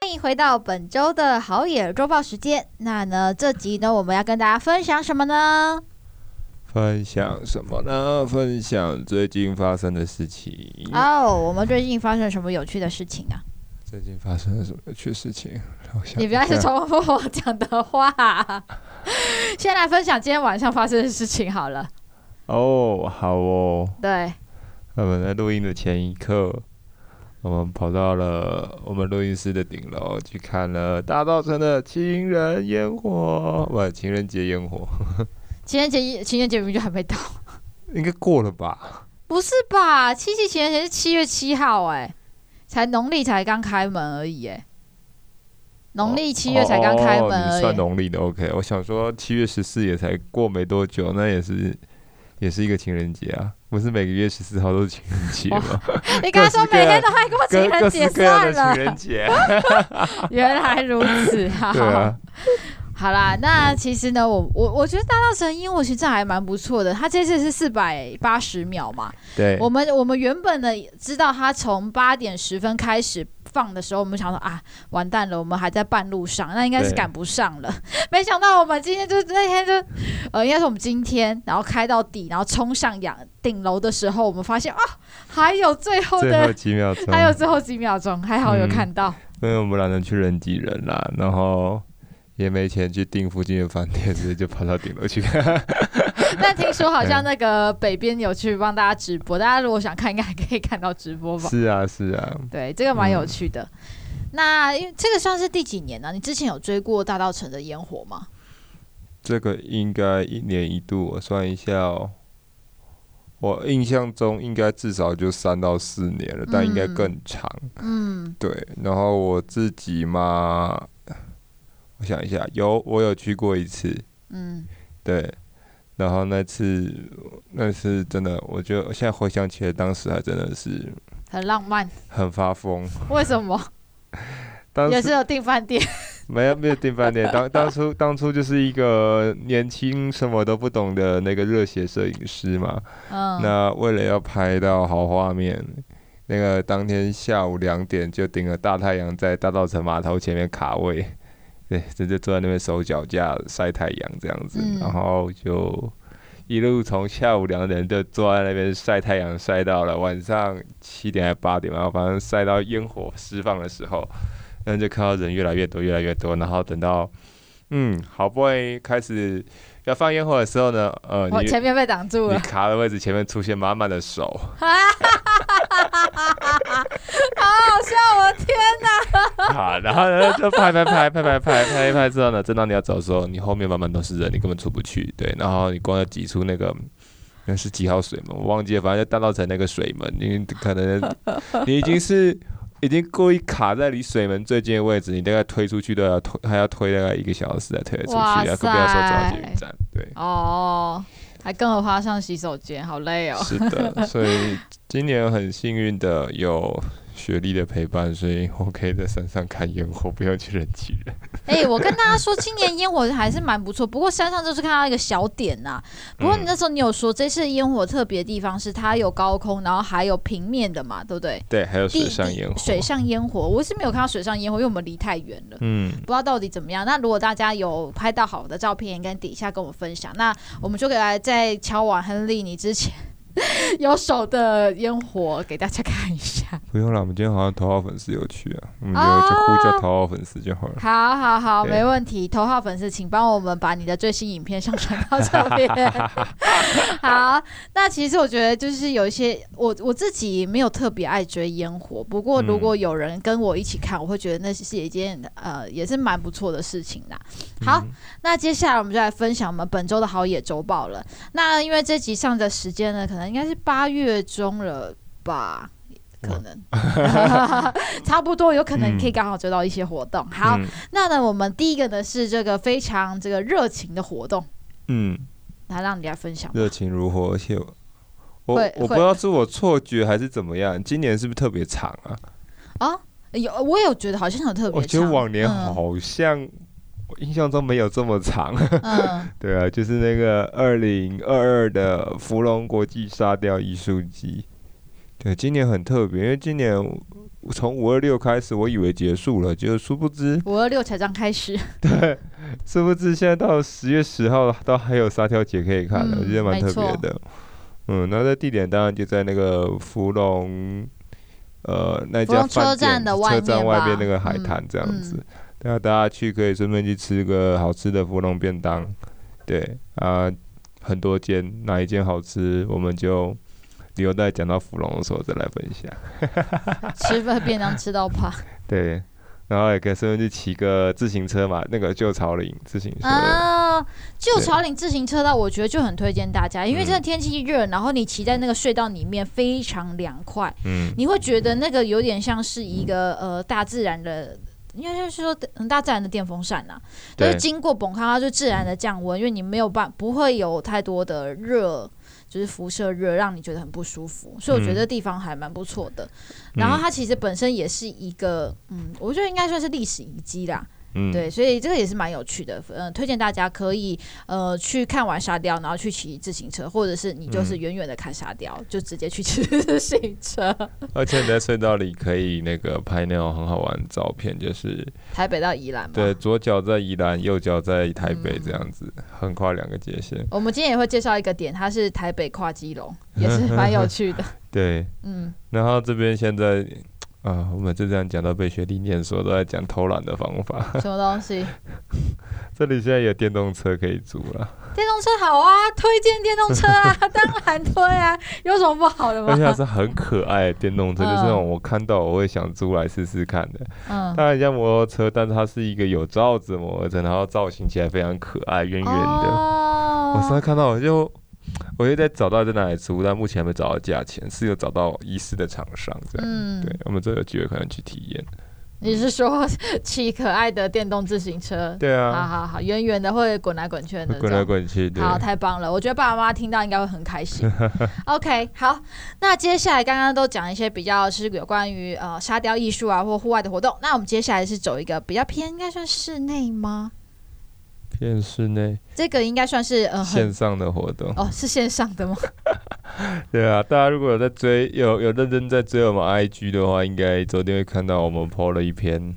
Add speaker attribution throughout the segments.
Speaker 1: 欢迎回到本周的好野周报时间。那呢，这集呢，我们要跟大家分享什么呢？
Speaker 2: 分享什么呢？分享最近发生的事情。
Speaker 1: 哦、我们最近发生了什么有趣的事情啊？
Speaker 2: 最近发生了什么有趣事情？让我想
Speaker 1: 你不要
Speaker 2: 一下
Speaker 1: 去重复我讲的话。先来分享今天晚上发生的事情好了。
Speaker 2: 哦，好哦。
Speaker 1: 对，
Speaker 2: 我们在录音的前一刻，我们跑到了我们录音室的顶楼去看了大稻城的情人烟火，不，情人节烟火
Speaker 1: 情人节情人节明明就还没到，
Speaker 2: 应该过了吧？
Speaker 1: 不是吧？七夕情人节是七月七号、哎，才农历才刚开门而已、哎，农历七月才刚开门
Speaker 2: 哦哦哦
Speaker 1: 而
Speaker 2: 你
Speaker 1: 已。
Speaker 2: 算农历的 OK。我想说七月十四也才过没多久，那也是也是一个情人节啊，不是每个月十四号都是情人节吗？
Speaker 1: 你刚才说
Speaker 2: 各式各
Speaker 1: 每
Speaker 2: 样
Speaker 1: 天都爱过情
Speaker 2: 各各
Speaker 1: 人节
Speaker 2: 式各样
Speaker 1: 算
Speaker 2: 的
Speaker 1: 了
Speaker 2: 情，人 节，
Speaker 1: 原来如此啊！
Speaker 2: 对啊，
Speaker 1: 好啦，那其实呢，我我我觉得大稻城因为我其实这还蛮不错的，它这次是四百八十秒嘛，
Speaker 2: 对，
Speaker 1: 我们我们原本呢知道他从八点十分开始放的时候，我们想说啊，完蛋了，我们还在半路上，那应该是
Speaker 2: 对
Speaker 1: 赶不上了。 没想到我们今天就那天就，呃，应该是我们今天，然后开到底，然后冲上阳顶楼的时候，我们发现啊，还有最后
Speaker 2: 最 后嗯
Speaker 1: 的，
Speaker 2: 几秒钟，
Speaker 1: 还有最后几秒钟，还好有看到。
Speaker 2: 因为我们懒得去人挤人啦，然后。也没钱去订附近的饭店，直接就跑到顶楼 去看。
Speaker 1: 但听说好
Speaker 2: 嗯
Speaker 1: 像那个北边有去帮大家直播，大家如果想看，应该还可以看到直播吧。
Speaker 2: 是啊，是啊，
Speaker 1: 对，这个蛮有趣的。
Speaker 2: 嗯
Speaker 1: 那因为这个算是第几年呢、啊你之前有追过大稻城的烟火吗？
Speaker 2: 这个应该一年一度，我算一下哦。我印象中应该至少就三到四年了，但应该
Speaker 1: 嗯
Speaker 2: 更长。
Speaker 1: 嗯，
Speaker 2: 对，然后我自己嘛，我想一下，有我有去过一次，
Speaker 1: 嗯，
Speaker 2: 对，然后那次那次真的，我觉得我现在回想起来，当时还真的是
Speaker 1: 很浪漫。
Speaker 2: 很发疯。
Speaker 1: 为什么？
Speaker 2: 当
Speaker 1: 也
Speaker 2: 时
Speaker 1: 是有订饭店。
Speaker 2: 没有没有订饭店，当当初当初就是一个年轻什么都不懂的那个热血摄影师嘛，
Speaker 1: 嗯，
Speaker 2: 那为了要拍到好画面，那个当天下午两点就顶着大太阳在大稻城码头前面卡位， 对，直接坐在那边手脚架晒太阳这样子，
Speaker 1: 嗯
Speaker 2: 然后就一路从下午两点就坐在那边晒太阳，晒到了晚上七点还八点吧，反正晒到烟火释放的时候，然后就看到人越来越多，越来越多，然后等到。嗯，好不容易开始要放烟火的时候呢，呃，
Speaker 1: 我
Speaker 2: 你
Speaker 1: 前面被挡住
Speaker 2: 你
Speaker 1: 了。
Speaker 2: 卡的位置前面出现满满的手，
Speaker 1: 好笑，我的哦天！
Speaker 2: 卡，然后呢就拍拍拍拍拍拍拍一拍之后呢，正当你要走的时候，你后面满满都是人，你根本出不去，对，然后你光要挤出那个。那是几号水门？我忘记了，反正就大稻城那个水门，你可能你已经是已经故意卡在离水门最近的位置，你大概推出去都要推，还要推大概一个小时才推得出去，
Speaker 1: 哇
Speaker 2: 然后更不要说走到
Speaker 1: 塞
Speaker 2: 捷运站，对。
Speaker 1: 哦，还更何况上洗手间，好累哦。
Speaker 2: 是 的，所以今年很幸运的有雪莉的陪伴，所以我可以在山上看烟火，不用去人挤人。
Speaker 1: 哎、我跟大家说，今年烟火还是蛮不错，不过山上就是看到一个小点呐、不
Speaker 2: 嗯
Speaker 1: 过你那时候你有说，这次烟火特别的地方是它有高空，然后还有平面的嘛，对不对？
Speaker 2: 对，还有水
Speaker 1: 地
Speaker 2: 上烟火，
Speaker 1: 水上烟火，我是没有看到水上烟火，因为我们离太远 了。
Speaker 2: 嗯，
Speaker 1: 不知道到底怎么样。那如果大家有拍到好的照片，跟底下跟我分享，那我们就给大家在敲完亨利你之前 有手的烟火给大家看一下。
Speaker 2: 不用了，我们今天好像头号粉丝有去啊，我们就
Speaker 1: 哦
Speaker 2: 就呼叫头号粉丝就好 了。
Speaker 1: 好好好，
Speaker 2: 对
Speaker 1: 没问题。头号粉丝，请帮我们把你的最新影片上传到这 边。好，那其实我觉得就是有一些我我自己没有特别爱追烟火，不过如果有人跟我一起看，我会觉得那是一件呃也是蛮不错的事情啦。好，
Speaker 2: 嗯
Speaker 1: 那接下来我们就来分享我们本周的好野周报了。那因为这集上的时间呢，可能应该是八月中了吧。可能 差不多，有可能可以刚好追到一些活动。好，
Speaker 2: 嗯
Speaker 1: 那呢，我们第一个呢是这个非常这个热情的活动，
Speaker 2: 嗯，
Speaker 1: 来让你来分享吧。
Speaker 2: 热情如火，而且我我
Speaker 1: 会
Speaker 2: 我不
Speaker 1: 会
Speaker 2: 知道是我错觉还是怎么样，今年是不是特别长啊？
Speaker 1: 啊，有我也有觉得好像有特别长，
Speaker 2: 我觉得往年
Speaker 1: 嗯
Speaker 2: 好像我印象中没有这么长，
Speaker 1: 嗯
Speaker 2: 对啊，就是那个二零二二的芙蓉国际沙雕艺术季，对，今年很特别，因为今年我从五二六开始，我以为结束了，结果殊不知，
Speaker 1: 五二六才刚开始，
Speaker 2: 殊不知现在到十月十号都还有沙雕节可以看的，
Speaker 1: 嗯
Speaker 2: 我觉得蛮特别的。嗯，那在地点当然就在那个芙蓉，呃，那
Speaker 1: 芙
Speaker 2: 家
Speaker 1: 蓉
Speaker 2: 饭
Speaker 1: 车站
Speaker 2: 店
Speaker 1: 的外
Speaker 2: 车站
Speaker 1: 面
Speaker 2: 外面
Speaker 1: 吧
Speaker 2: 那个海
Speaker 1: 嗯
Speaker 2: 滩这样
Speaker 1: 嗯
Speaker 2: 子。对啊，大家去可以顺便去吃个好吃的芙蓉便当。对啊，很多间，哪一间好吃，我们就留待讲到芙蓉的时候再来分享。
Speaker 1: 吃饭便当吃到 怕
Speaker 2: 对，然后也可以顺便去骑个自行车嘛，那个旧草岭自行车。
Speaker 1: 啊！旧
Speaker 2: 对
Speaker 1: 草岭自行车道，我觉得就很推荐大家，因为
Speaker 2: 嗯
Speaker 1: 真的天气热，然后你骑在那个隧道里面非常凉快，
Speaker 2: 嗯，
Speaker 1: 你会觉得那个有点像是一个呃大自然的。应该就是说，嗯，大自然的电风扇啊呐、但
Speaker 2: 对
Speaker 1: 是经过崩开，它就自然的降温，因为你没有办，不会有太多的热，就是辐射热，让你觉得很不舒服。所以我觉得
Speaker 2: 嗯
Speaker 1: 这地方还蛮不错的。然后它其实本身也是一个，嗯，我觉得应该算是历史遗迹啦。
Speaker 2: 嗯，
Speaker 1: 对，所以这个也是蛮有趣的，嗯、推荐大家可以呃去看完沙雕，然后去骑自行车，或者是你
Speaker 2: 嗯
Speaker 1: 就是远远的看沙雕，就直接去骑 自行车。
Speaker 2: 而且你在隧道里可以那个拍那种很好玩的照片，就是
Speaker 1: 台北到宜兰嘛，
Speaker 2: 对，左脚在宜兰，右脚在台北这样子，横跨两个界限。
Speaker 1: 我们今天也会介绍一个点，它是台北跨基隆，也 是蛮有趣的。
Speaker 2: 对，
Speaker 1: 嗯，
Speaker 2: 然后这边现在啊，我每次这样讲到被学弟念说都在讲偷懒的方 法。
Speaker 1: 什么东西？
Speaker 2: 这里现在有电动车可以租了，
Speaker 1: 电动车好啊，推荐电动车啊，当然推啊， 有什么不好的
Speaker 2: 而且它
Speaker 1: 吗？
Speaker 2: 是很可爱的电动车，就是那种我看到我会想租来试试看的。
Speaker 1: 嗯，
Speaker 2: 它很像摩托车，但它是一个有罩子的摩托车，然后造型起来非常可爱，圆圆的。我上次
Speaker 1: 哦，
Speaker 2: 看到我就。我就在找到在哪里租，但目前还没找到价钱，是有找到疑似的厂商这样。
Speaker 1: 嗯，
Speaker 2: 对，我们这有机会可能去体验。
Speaker 1: 你是说骑可爱的电动自行车？
Speaker 2: 对
Speaker 1: 好
Speaker 2: 啊，
Speaker 1: 好好，圆圆的会滚来滚去的那
Speaker 2: 会
Speaker 1: 种。
Speaker 2: 滚来滚去，对，
Speaker 1: 好，太棒了！我觉得爸爸妈妈听到应该会很开心。OK，好，那接下来刚刚都讲一些比较是有关于呃沙雕艺术啊或户外的活动，那我们接下来是走一个比较偏，应该算室内吗？
Speaker 2: 片室内
Speaker 1: 这个应该算是呃
Speaker 2: 线
Speaker 1: 很
Speaker 2: 上的活动。
Speaker 1: 哦是线上的吗？
Speaker 2: 对啊，大家如果有在追，有有认真在追我们 IG 的话，应该昨天会看到我们 PO 了一篇。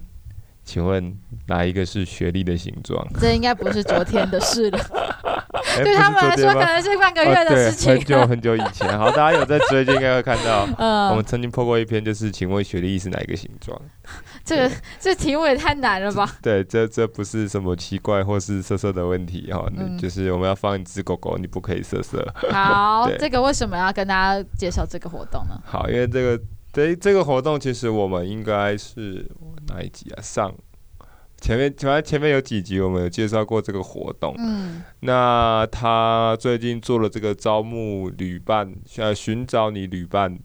Speaker 2: 请问哪一个是学历的形 状？
Speaker 1: 这应该不是昨天的事了，
Speaker 2: 哎
Speaker 1: 对他们来
Speaker 2: 不是
Speaker 1: 说
Speaker 2: 昨天
Speaker 1: 可
Speaker 2: 吗
Speaker 1: 能是半个
Speaker 2: 哦
Speaker 1: 月的
Speaker 2: 对
Speaker 1: 事情啊
Speaker 2: 很。久很久以前。好，大家有在追就应该会看到，我们
Speaker 1: 嗯，
Speaker 2: 曾经 PO 过一篇，就是请问学历是哪一个形状？
Speaker 1: 这个这题目也太难了 吧？
Speaker 2: 对，这这不是什么奇怪或是色色的问题哈、哦，你
Speaker 1: 嗯
Speaker 2: 就是我们要放一只狗狗，你不可以色色。
Speaker 1: 好，
Speaker 2: 对
Speaker 1: 这个为什么要跟大家介绍这个活动呢？
Speaker 2: 好，因为这个这这个活动，其实我们应该是哪一集啊？上前面反正前面有几集我们有介绍过这个活动。
Speaker 1: 嗯
Speaker 2: 那他最近做了这个招募旅伴，呃，寻找你旅伴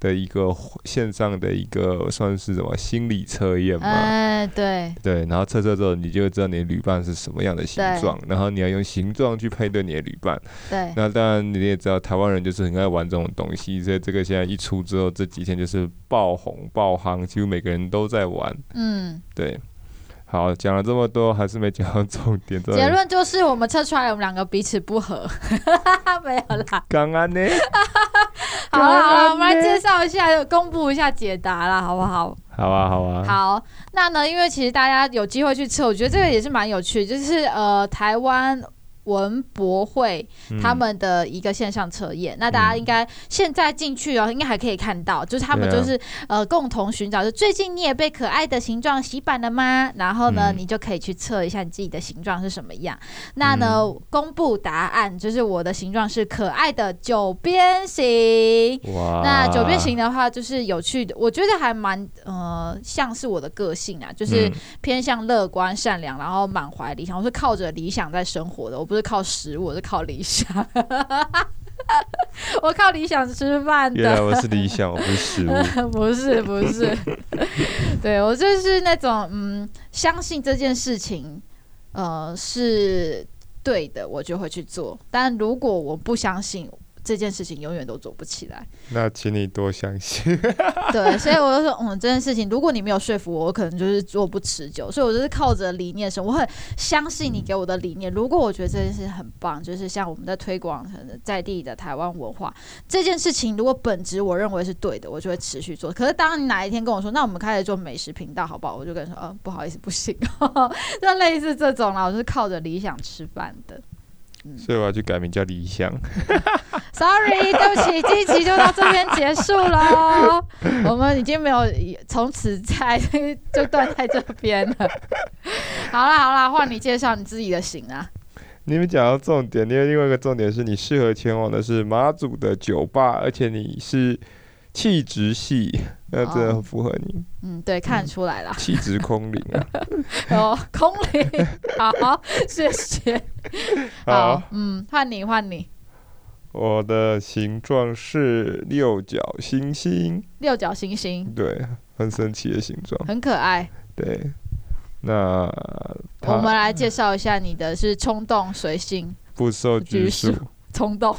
Speaker 2: 的一个线上的一个算是什么心理测验嘛？
Speaker 1: 哎，对，
Speaker 2: 对，然后测测之后，你就会知道你的旅伴是什么样的形
Speaker 1: 对
Speaker 2: 状，然后你要用形状去配对你的旅伴。
Speaker 1: 对，
Speaker 2: 那当然你也知道，台湾人就是很爱玩这种东西，所以这个现在一出之后，这几天就是爆红爆夯，几乎每个人都在玩。
Speaker 1: 嗯，
Speaker 2: 对，好，讲了这么多，还是没讲到重点。重
Speaker 1: 结
Speaker 2: 点
Speaker 1: 论就是我们测出来我们两个彼此不合， 没有啦。
Speaker 2: 刚安呢？
Speaker 1: 好了好
Speaker 2: 干嘛
Speaker 1: 了，
Speaker 2: 呢
Speaker 1: 我们来介绍一下，公布一下解答啦，好不好？
Speaker 2: 好啊，好啊。
Speaker 1: 好，那呢，因为其实大家有机会去测，我觉得这个也是蛮有趣，就是呃，台湾。文博会
Speaker 2: 嗯
Speaker 1: 他们的一个线上测验，那大家应该现在进去哦，应该还可以看到，就是他们
Speaker 2: 对啊
Speaker 1: 就是、呃共同寻找，就最近你也被可爱的形状洗版了吗？然后呢，
Speaker 2: 嗯
Speaker 1: 你就可以去测一下你自己的形状是什么样。那呢，
Speaker 2: 嗯
Speaker 1: 公布答案，就是我的形状是可爱的九边形。
Speaker 2: 哇，
Speaker 1: 那九边形的话，就是有趣的，我觉得还蛮呃，像是我的个性啊，就是
Speaker 2: 嗯
Speaker 1: 偏向乐观、善良，然后满怀理想。我是靠着理想在生活的，我不是靠食物，我是靠理想。 我靠理想吃饭
Speaker 2: 原来
Speaker 1: 的，
Speaker 2: 我是理想，我不是食 物。
Speaker 1: 不是不是， 对我就是那种嗯，相信这件事情，呃，是对的，我就会去做。但如果我不相信这件事情，永远都做不起来。
Speaker 2: 那请你多相信。
Speaker 1: 对，所以我就说，嗯，这件事情，如果你没有说服我，我可能就是做不持久。所以我就是靠着理念生活，我很相信你给我的理念。如果我觉得这件事很棒，就是像我们在推广可能在地的台湾文化这件事情，如果本质我认为是对的，我就会持续做。可是当你哪一天跟我说，那我们开始做美食频道好不好？我就跟你说，呃，不好意思，不行。 就类似这种啦，我是靠着理想吃饭的。
Speaker 2: 所以我要去改名叫理想。
Speaker 1: Sorry，对不起，这一集就到这边结束喽。我们已经没有呃从此在就断在这边 了。好啦好啦，换你介绍你自己的型啊。
Speaker 2: 你们讲到重点，因为另外一个重点是你适合前往的是马祖的酒吧，而且你是气 质系，那真的很符合你，
Speaker 1: 嗯，对，看得出来啦。
Speaker 2: 气质空灵 啊。
Speaker 1: 哦，空灵，好，谢谢。
Speaker 2: 嗯好，
Speaker 1: 嗯，换你换你，
Speaker 2: 我的形状是六角星星，
Speaker 1: 六角星星
Speaker 2: 对，很神奇的形状，
Speaker 1: 很可爱。
Speaker 2: 对。那
Speaker 1: 我们
Speaker 2: 它
Speaker 1: 来介绍一下你的是冲动、随性、
Speaker 2: 不受
Speaker 1: 拘
Speaker 2: 拘束
Speaker 1: 束，冲 动。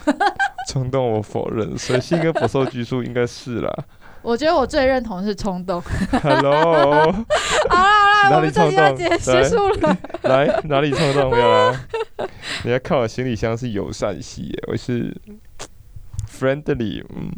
Speaker 2: 冲动我否认，随性跟不受拘束应该 是啦。
Speaker 1: 我觉得我最认同的是冲动。
Speaker 2: Hello，
Speaker 1: 好啦好啦，我
Speaker 2: 哪里
Speaker 1: 们这
Speaker 2: 冲
Speaker 1: 集要
Speaker 2: 动？
Speaker 1: 结结束了。
Speaker 2: 来，来 哪里冲动没有啊啦？你要看我行李箱是友善系耶，我是 friendly，嗯，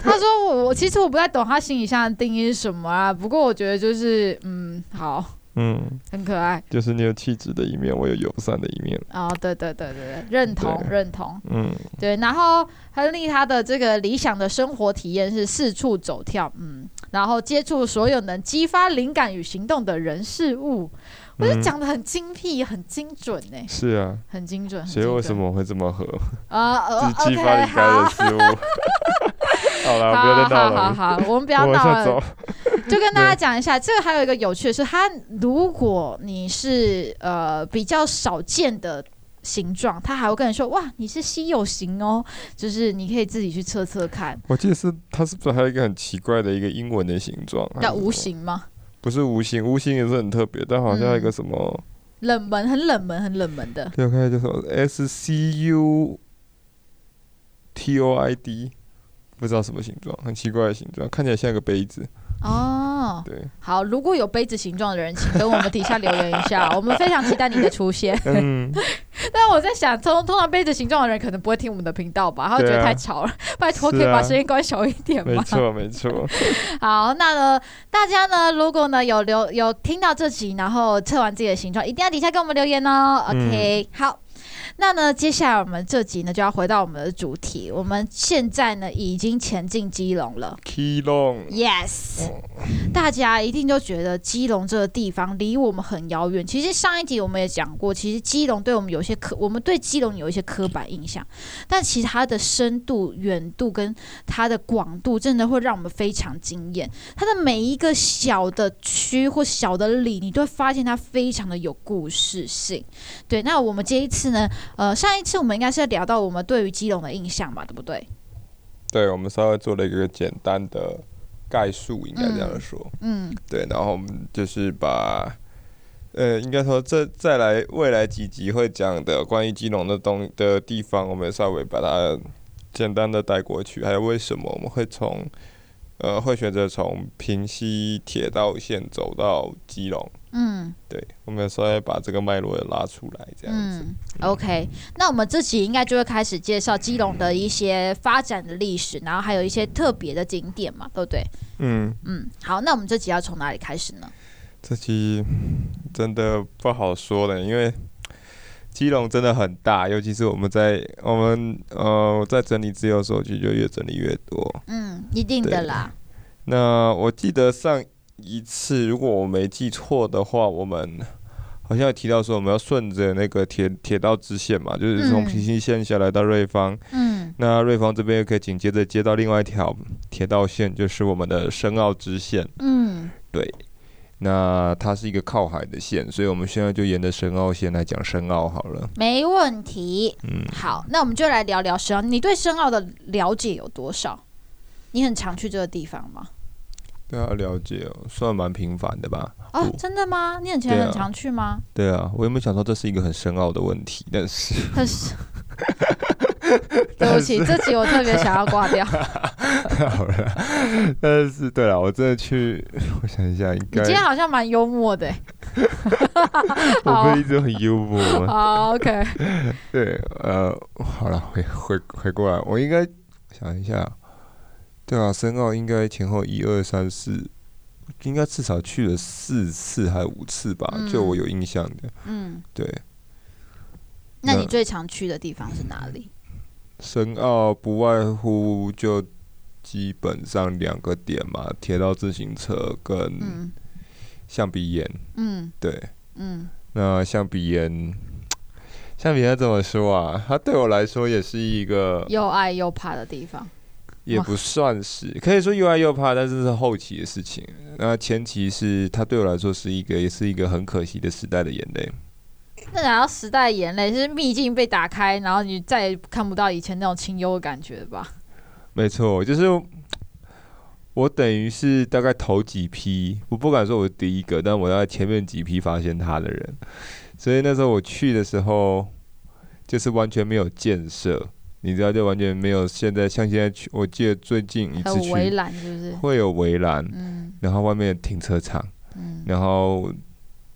Speaker 1: 他说我我其实我不太懂他行李箱的定义是什么啊，不过我觉得就是嗯好，
Speaker 2: 嗯，
Speaker 1: 很可爱
Speaker 2: 就是你有气质的一面，我有友善的一面，
Speaker 1: 哦，对对对对对，认同
Speaker 2: 对
Speaker 1: 认同，
Speaker 2: 嗯，
Speaker 1: 对，然后亨利他的这个理想的生活体验是四处走跳，嗯，然后接触所有能激发灵感与行动的人事物，我就
Speaker 2: 嗯
Speaker 1: 讲的很精辟，很精准呢、
Speaker 2: 是啊，
Speaker 1: 很精准，很
Speaker 2: 所以
Speaker 1: 精
Speaker 2: 为
Speaker 1: 准
Speaker 2: 什么我会这么合？
Speaker 1: 啊？呃
Speaker 2: 只激发
Speaker 1: ，OK，
Speaker 2: 你该的
Speaker 1: 好。
Speaker 2: 事 物。好
Speaker 1: 好
Speaker 2: 啦，不要
Speaker 1: 好
Speaker 2: 再
Speaker 1: 好
Speaker 2: 闹了，
Speaker 1: 好，我们不
Speaker 2: 我
Speaker 1: 要
Speaker 2: 往
Speaker 1: 闹
Speaker 2: 下
Speaker 1: 了，
Speaker 2: 走。嗯
Speaker 1: 就跟大家讲一下，这个还有一个有趣的是，它如果你是呃比较少见的形状，它还会跟你说哇，你是稀有型哦，就是你可以自己去测测看。
Speaker 2: 我记得是它是不是还有一个很奇怪的一个英文的形状啊？
Speaker 1: 叫无形吗？
Speaker 2: 不是无形，无形也是很特别，但好像还有一个什么，
Speaker 1: 冷门，很冷门，很冷门的。
Speaker 2: 要看叫什么 S C U T O I D，不知道什么形状，很奇怪的形状，看起来像一个杯子。
Speaker 1: 哦，
Speaker 2: 对，
Speaker 1: 好，如果有杯子形状的人，请跟我们底下留言一 下，我们非常期待你的出现。
Speaker 2: 嗯，
Speaker 1: 但我在想，通通常杯子形状的人可能不会听我们的频道吧，他会觉
Speaker 2: 对
Speaker 1: 得
Speaker 2: 啊
Speaker 1: 太吵了。拜托，可以
Speaker 2: 是啊
Speaker 1: 把声音关小一点
Speaker 2: 没
Speaker 1: 吗？
Speaker 2: 错没错，
Speaker 1: 好，那呢，大家呢，如果呢有留有听到这集，然后测完自己的形状，一定要底下给我们留言哦。OK，、好。那呢，接下来我们这集呢就要回到我们的主题。我们现在呢已经前进基隆了
Speaker 2: key long，
Speaker 1: ，Yes，大家一定就觉得基隆这个地方离我们很遥远。其实上一集我们也讲过，其实基隆对我们有一些刻，我们对基隆有一些刻板印象，但其实它的深度、远度跟它的广度，真的会让我们非常惊艳。它的每一个小的区或小的里，你都会发现它非常的有故事性。对，那我们这一次呢，呃，上一次我们应该是聊到我们对于基隆的印象吧，对不对？
Speaker 2: 对我们稍微做了一个简单的概述，应该这样说。
Speaker 1: 嗯，
Speaker 2: 对，然后我们就是把，呃，应该说这再来未来几集会讲的关于基隆的东的地方，我们稍微把它简单的带过去，还有为什么我们会从，呃，会选择从平西铁道线走到基隆。
Speaker 1: 嗯
Speaker 2: 对，我们稍微把这个脉络也拉出来，这样子。
Speaker 1: 嗯，OK。那我们这集应该就会开始介绍基隆的一些发展的历史，然后还有一些特别的景点嘛，对不对？
Speaker 2: 嗯，
Speaker 1: 嗯，好，那我们这集要从哪里开始呢？
Speaker 2: 这集真的不好说了，因为基隆真的很大，尤其是我们在我们呃我在整理资料的时候，就就越整理越多。
Speaker 1: 嗯，一定的啦。
Speaker 2: 那我记得上一次，如果我没记错的话，我们好像有提到说我们要顺着那个铁铁道支线嘛，就是从
Speaker 1: 嗯
Speaker 2: 平行线下来到瑞芳，
Speaker 1: 嗯
Speaker 2: 那瑞芳这边又可以紧接着接到另外一条铁道线，就是我们的深澳支线。
Speaker 1: 嗯
Speaker 2: 那它是一个靠海的线，所以我们现在就沿着深澳线来讲深澳好了。
Speaker 1: 没问题。
Speaker 2: 嗯，
Speaker 1: 好，那我们就来聊聊深奥。你对深奥的了解有多少？你很常去这个地方吗？
Speaker 2: 对啊，了解哦，算蛮频繁的吧？
Speaker 1: 哦
Speaker 2: 不，
Speaker 1: 真的吗？你以前
Speaker 2: 对啊
Speaker 1: 很常去 吗？
Speaker 2: 对啊，我有没有想到这是一个很深奥的问题？但是，
Speaker 1: 可是，啊对不起，这集我特别想要挂掉。
Speaker 2: 好了，但是对了，我真的去， 我想一下，应
Speaker 1: 你
Speaker 2: 该
Speaker 1: 今天好像蛮幽默的欸。好
Speaker 2: 我
Speaker 1: 啊
Speaker 2: 不是一直很幽默吗？
Speaker 1: 好，OK，
Speaker 2: 对，呃，好了，回回回过来，我应该想一下，对啊，深奥应该前后一二三四，应该至少去了四次还五次吧，
Speaker 1: 嗯
Speaker 2: 就我有印象的。
Speaker 1: 嗯，
Speaker 2: 对，
Speaker 1: 那
Speaker 2: 那
Speaker 1: 你最常去的地方是哪里？
Speaker 2: 深奥不外乎就基本上两个点嘛，铁道自行车跟
Speaker 1: 嗯
Speaker 2: 橡皮眼。
Speaker 1: 嗯
Speaker 2: 对，
Speaker 1: 嗯
Speaker 2: 那橡皮眼，橡皮眼怎么说啊？它对我来说也是一个，
Speaker 1: 又爱又怕的地方。
Speaker 2: 也
Speaker 1: 哇
Speaker 2: 不算是，可以说又爱又怕，但是是后期的事情。那前期是它对我来说是一个，也是一个很可惜的时代的眼泪。
Speaker 1: 那然后时代眼泪是秘境被打开，然后你再也看不到以前那种清幽的感觉吧？
Speaker 2: 没错，就是我等于是大概头几批，我不敢说我是第一个，但我大概前面几批发现他的人，所以那时候我去的时候，就是完全没有建设，你知道，就完全没有现在像现在去，我记得最近一
Speaker 1: 还
Speaker 2: 次
Speaker 1: 有围
Speaker 2: 去
Speaker 1: 栏是不是？
Speaker 2: 会有围栏，
Speaker 1: 嗯
Speaker 2: 然后外面有停车场，
Speaker 1: 嗯，
Speaker 2: 然后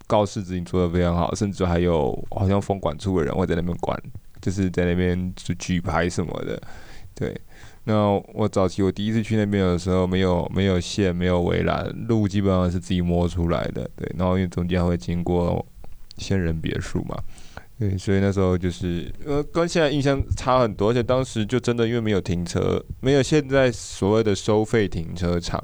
Speaker 2: 告示指引做的非常好，甚至还有好像风管处的人会在那边管，就是在那边举举牌什么的。对，那我早期我第一次去那边的时候，没有没有线，没有围栏，路基本上是自己摸出来的。对，然后因为中间还会经过仙人别墅嘛。对，所以那时候就是呃，跟现在印象差很多，而且当时就真的因为没有停车，没有现在所谓的收费停车场，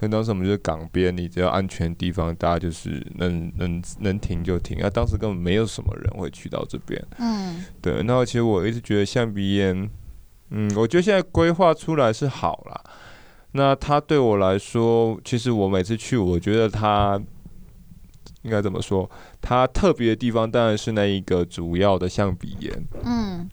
Speaker 2: 所以当时我们就是港边，你只要安全的地方，大家就是能能能停就停。啊，当时根本没有什么人会去到这边。
Speaker 1: 嗯
Speaker 2: 对，那其实我一直觉得橡皮烟，嗯，我觉得现在规划出来是好啦。那它对我来说，其实我每次去，我觉得它应该怎么说？它特别的地方当然是那一个主要的橡皮烟。
Speaker 1: 嗯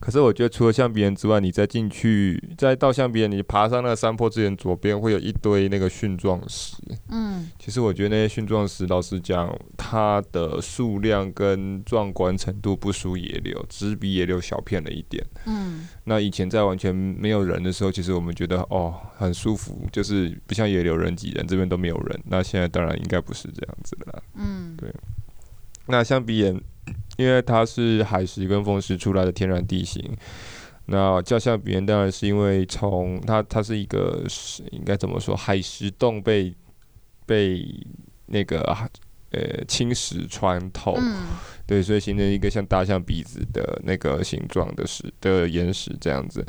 Speaker 2: 可是我觉得除了橡皮岩之外，你再进去，再到橡皮岩，你爬上那个山坡之前，左边会有一堆那个蕈状石。
Speaker 1: 嗯
Speaker 2: 其实我觉得那些蕈状石，老实讲，它的数量跟壮观程度不输野柳，只比野柳小片了一点。
Speaker 1: 嗯
Speaker 2: 那以前在完全没有人的时候，其实我们觉得哦很舒服，就是不像野柳人挤人，这边都没有人。那现在当然应该不是这样子了啦。
Speaker 1: 嗯
Speaker 2: 那橡皮岩，因为它是海蚀跟风蚀出来的天然地形，那叫橡皮岩当然是因为从它它是一个是应该怎么说海蚀洞被被那个呃侵蚀穿透，
Speaker 1: 嗯
Speaker 2: 对，所以形成一个像大象鼻子的那个形状的石的岩石这样子。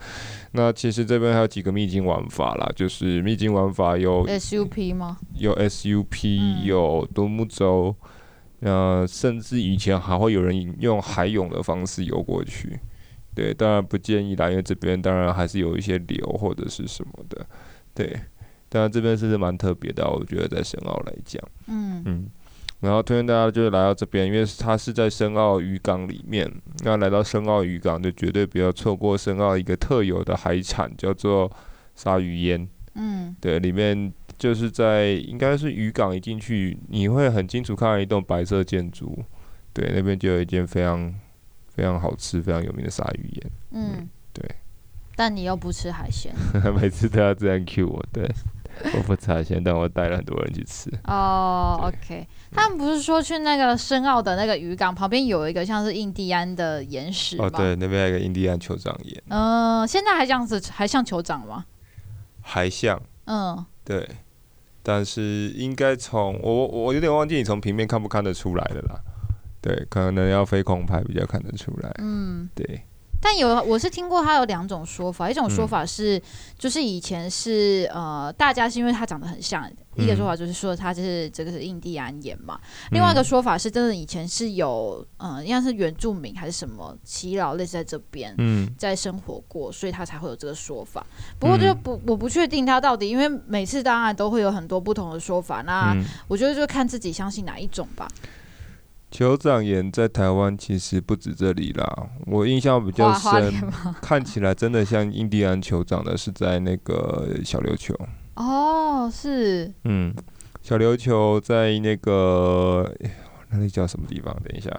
Speaker 2: 那其实这边还有几个秘境玩法啦，就是秘境玩法有
Speaker 1: ，SUP 吗？
Speaker 2: 有 SUP，、
Speaker 1: 嗯
Speaker 2: 有独木舟，呃，甚至以前还会有人用海泳的方式游过去。对，当然不建议啦，因为这边当然还是有一些流或者是什么的。对，当然这边是蛮特别的啊，我觉得在深澳来讲，
Speaker 1: 嗯
Speaker 2: 嗯。然后推荐大家就是来到这边，因为它是在深澳渔港里面。那来到深澳渔港，就绝对不要错过深澳一个特有的海产，叫做鲨鱼烟。
Speaker 1: 嗯
Speaker 2: 对，里面就是在应该是渔港一进去，你会很清楚看到一栋白色建筑，对，那边就有一间非常非常好吃、非常有名的鲨鱼
Speaker 1: 嗯，
Speaker 2: 对。
Speaker 1: 但你又不吃海鲜
Speaker 2: 宴， 每次都要这样 cue 我，对，我不吃海鲜，但我带了很多人去吃。
Speaker 1: 哦，OK。他们不是说去那个深澳的那个渔港旁边有一个像是印第安的岩石吗？
Speaker 2: 哦，对，那边还有一个印第安酋长岩，
Speaker 1: 嗯、现在还这样子，还像酋长吗？
Speaker 2: 海象，
Speaker 1: 嗯，
Speaker 2: 对，但是应该从我我我有点忘记你从平面看不看得出来的啦，对，可能要飞空拍比较看得出来，
Speaker 1: 嗯，
Speaker 2: 对，
Speaker 1: 但有我是听过他有两种说法，一种
Speaker 2: 嗯
Speaker 1: 说法是、就是以前是呃大家是因为他长得很像，
Speaker 2: 嗯
Speaker 1: 一个说法就是说他就是这个是印第安岩嘛，另外一个说法是真的以前是有呃应该是原住民还是什么耆老类似在这边。
Speaker 2: 嗯，
Speaker 1: 在生活过，所以他才会有这个说法。不过
Speaker 2: 嗯
Speaker 1: 就不，我不确定他到底，因为每次当然都会有很多不同的说法。那
Speaker 2: 嗯
Speaker 1: 我觉得就看自己相信哪一种吧。
Speaker 2: 酋长岩在台湾其实不止这里啦，我印象比较
Speaker 1: 花花
Speaker 2: 深
Speaker 1: 莲，吗？
Speaker 2: 看起来真的像印第安酋长的是在那个小琉球，
Speaker 1: 哦，是
Speaker 2: 嗯，小琉球在那个哎那里叫什么地方？等一下，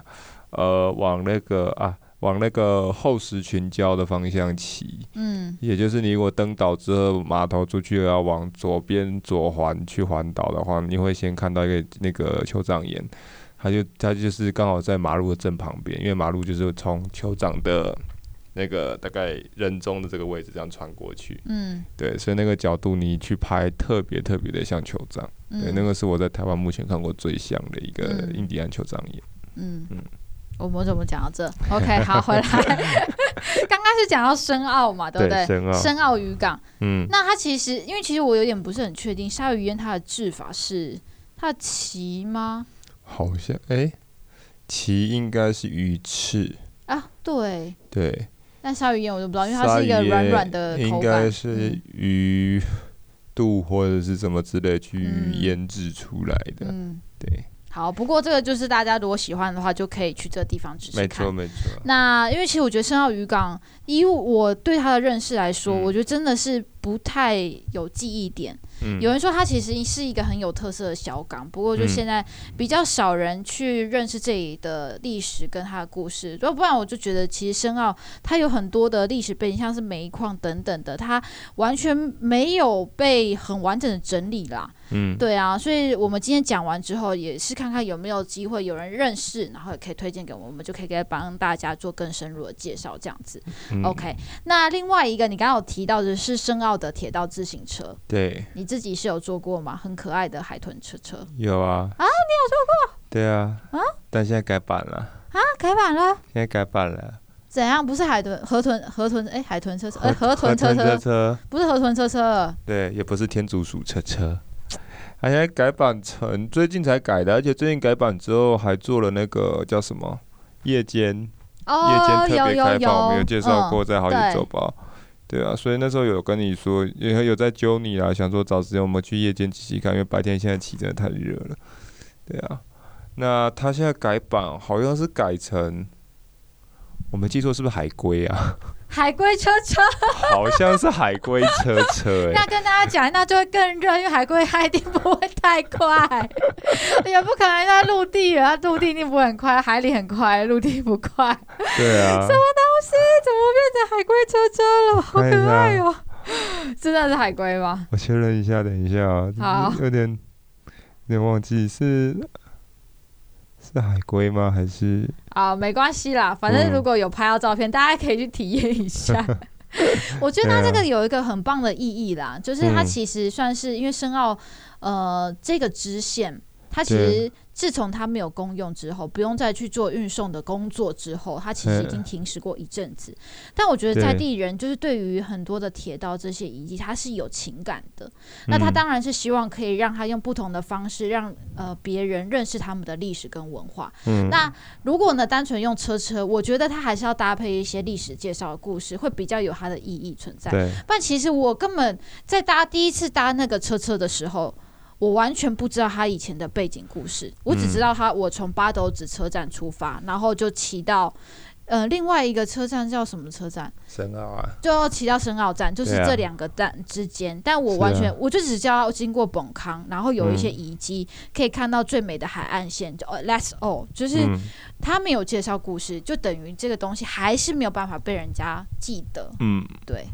Speaker 2: 呃，往那个啊，往那个后石群礁的方向骑，
Speaker 1: 嗯
Speaker 2: 也就是你如果登岛之后，码头出去要往左边左环去环岛的话，你会先看到一个那个酋长岩，它就它就是刚好在马路的正旁边，因为马路就是从酋长的那个大概人中的这个位置这样穿过去，
Speaker 1: 嗯
Speaker 2: 对，所以那个角度你去拍特别特别的像酋长。
Speaker 1: 嗯，
Speaker 2: 对，那个是我在台湾目前看过最像的一个
Speaker 1: 嗯
Speaker 2: 印第安酋长岩。
Speaker 1: 嗯
Speaker 2: 嗯，
Speaker 1: 我们怎么讲到这？OK，好，回来。 刚刚是讲到深澳嘛，对不对？
Speaker 2: 深澳，
Speaker 1: 深澳渔港，
Speaker 2: 嗯，
Speaker 1: 那它其实因为其实我有点不是很确定，鲨鱼烟它的制法是它的鳍吗？
Speaker 2: 好像哎，鳍应该是鱼翅，
Speaker 1: 啊，对。
Speaker 2: 对，
Speaker 1: 但鲨鱼烟我就不知啊道，因为它
Speaker 2: 鲨
Speaker 1: 是
Speaker 2: 鱼
Speaker 1: 一个软
Speaker 2: 也
Speaker 1: 软的口感，
Speaker 2: 应该是
Speaker 1: 嗯
Speaker 2: 鱼肚或者是什么之类去
Speaker 1: 嗯
Speaker 2: 腌制出来的。
Speaker 1: 嗯，
Speaker 2: 对，
Speaker 1: 好。不过这个就是大家如果喜欢的话，就可以嗯去这个地方试试
Speaker 2: 没
Speaker 1: 看
Speaker 2: 错。没错。
Speaker 1: 那因为其实我觉得深澳渔港，以我对它的认识来说，
Speaker 2: 嗯
Speaker 1: 我觉得真的是不太有记忆点。
Speaker 2: 嗯
Speaker 1: 有人说它其实是一个很有特色的小港，不过就
Speaker 2: 嗯
Speaker 1: 现在比较少人去认识这里的历史跟它的故事，要不然我就觉得其实深澳它有很多的历史背景，像是煤矿等等的，它完全没有被很完整的整理啦。
Speaker 2: 嗯，
Speaker 1: 对啊，所以我们今天讲完之后，也是看看有没有机会有人认识，然后也可以推荐给我们，我们就可以给帮大家做更深入的介绍，这样子。
Speaker 2: 嗯
Speaker 1: OK，那另外一个你刚刚有提到的是深澳的铁道自行车，
Speaker 2: 对，
Speaker 1: 你自己是有坐过吗？很可爱的海豚车车
Speaker 2: 有啊。啊，你有做过？对啊。啊？但现在改版了，
Speaker 1: 啊，改版了，
Speaker 2: 现在改版了。
Speaker 1: 怎样？不是海豚河豚河豚哎、海豚车车呃河
Speaker 2: 河
Speaker 1: 豚车
Speaker 2: 车
Speaker 1: 车，
Speaker 2: 车。
Speaker 1: 不是河豚车车，
Speaker 2: 对，也不是天竺鼠车车，而且改版成最近才改的，而且最近改版之后还做了那个叫什么夜间、
Speaker 1: 哦，
Speaker 2: 夜间特
Speaker 1: 有
Speaker 2: 别
Speaker 1: 有
Speaker 2: 开
Speaker 1: 有，
Speaker 2: 放，我们有介绍
Speaker 1: 嗯
Speaker 2: 过在好野
Speaker 1: 对
Speaker 2: 走吧。对啊，所以那时候有跟你说，也有在揪你啦，想说找时间我们去夜间骑骑看，因为白天现在骑真的太热了。对啊，那它现在改版好像是改成，我没记错是不是海龟 啊？
Speaker 1: 海龟车车。
Speaker 2: 好像是海龟车车、欸，
Speaker 1: 那跟大家讲，那就会更热，因为海龟它一定不会太快， 也不可能在陆地了，它陆地一定不会很快，海里很快，陆地不快。哎，
Speaker 2: 对啊，
Speaker 1: 怎么变成海龟车车了？好可爱哦、真的是海龟吗？
Speaker 2: 我确认一下，等一下啊，
Speaker 1: 好
Speaker 2: 有点有点忘记是是海龟吗？还是
Speaker 1: 啊，没关系啦，反正
Speaker 2: 嗯
Speaker 1: 如果有拍到照片，大家可以去体验一 下。我觉得它这个有一个很棒的意义啦，就是它
Speaker 2: 啊嗯
Speaker 1: 其实算是因为深澳，呃，这个支线，它其实自从它没有公用之后，不用再去做运送的工作之后，它其实已经
Speaker 2: 嗯
Speaker 1: 停驶过一阵子。但我觉得在
Speaker 2: 对
Speaker 1: 地人就是对于很多的铁道这些遗迹，他是有情感的。那他
Speaker 2: 嗯
Speaker 1: 当然是希望可以让他用不同的方式让呃别人认识他们的历史跟文化。
Speaker 2: 嗯
Speaker 1: 那如果呢，单纯用车车，我觉得它还是要搭配一些历史介绍的故事，会比较有它的意义存在。
Speaker 2: 对
Speaker 1: 不然其实我根本在搭第一次搭那个车车的时候，我完全不知道它以前的背景故事，我只知
Speaker 2: 嗯
Speaker 1: 道它我从八斗子车站出发，然后就骑到。呃，另外一个车站叫什么车站？
Speaker 2: 深奥啊？
Speaker 1: 就骑到深澳站，就是
Speaker 2: 对啊
Speaker 1: 这两个站之间。但我
Speaker 2: 是啊
Speaker 1: 完全，我就只知道要经过本康，然后有一些
Speaker 2: 嗯
Speaker 1: 遗迹、可以看到最美的海岸线。就呃，That's all，就是、
Speaker 2: 嗯
Speaker 1: 他没有介绍故事，就等于这个东西还是没有办法被人家记得。
Speaker 2: 嗯，
Speaker 1: 对，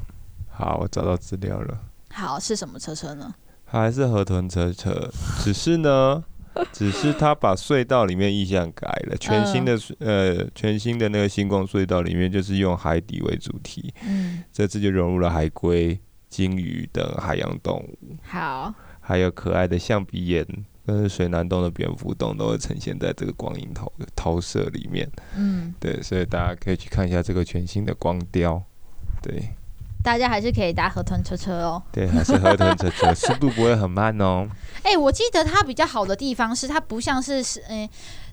Speaker 2: 好，我找到资料了，
Speaker 1: 好是什么车车呢？
Speaker 2: 它还是河豚车车，只是呢，只是它把隧道里面意象改了，全新的隧、呃全新的那个星光隧道里面就是用海底为主题，
Speaker 1: 嗯，
Speaker 2: 这次就融入了海龟、鲸鱼等海洋动物。
Speaker 1: 好，
Speaker 2: 还有可爱的象鼻眼跟水南洞的蝙蝠洞都会呈现在这个光影投投射里面。
Speaker 1: 嗯，
Speaker 2: 对，所以大家可以去看一下这个全新的光雕。对
Speaker 1: 大家还是可以搭河豚车车哦。
Speaker 2: 对，还是河豚车车， 速度不会很慢哦。
Speaker 1: 哎、我记得它比较好的地方是它不像是是嗯、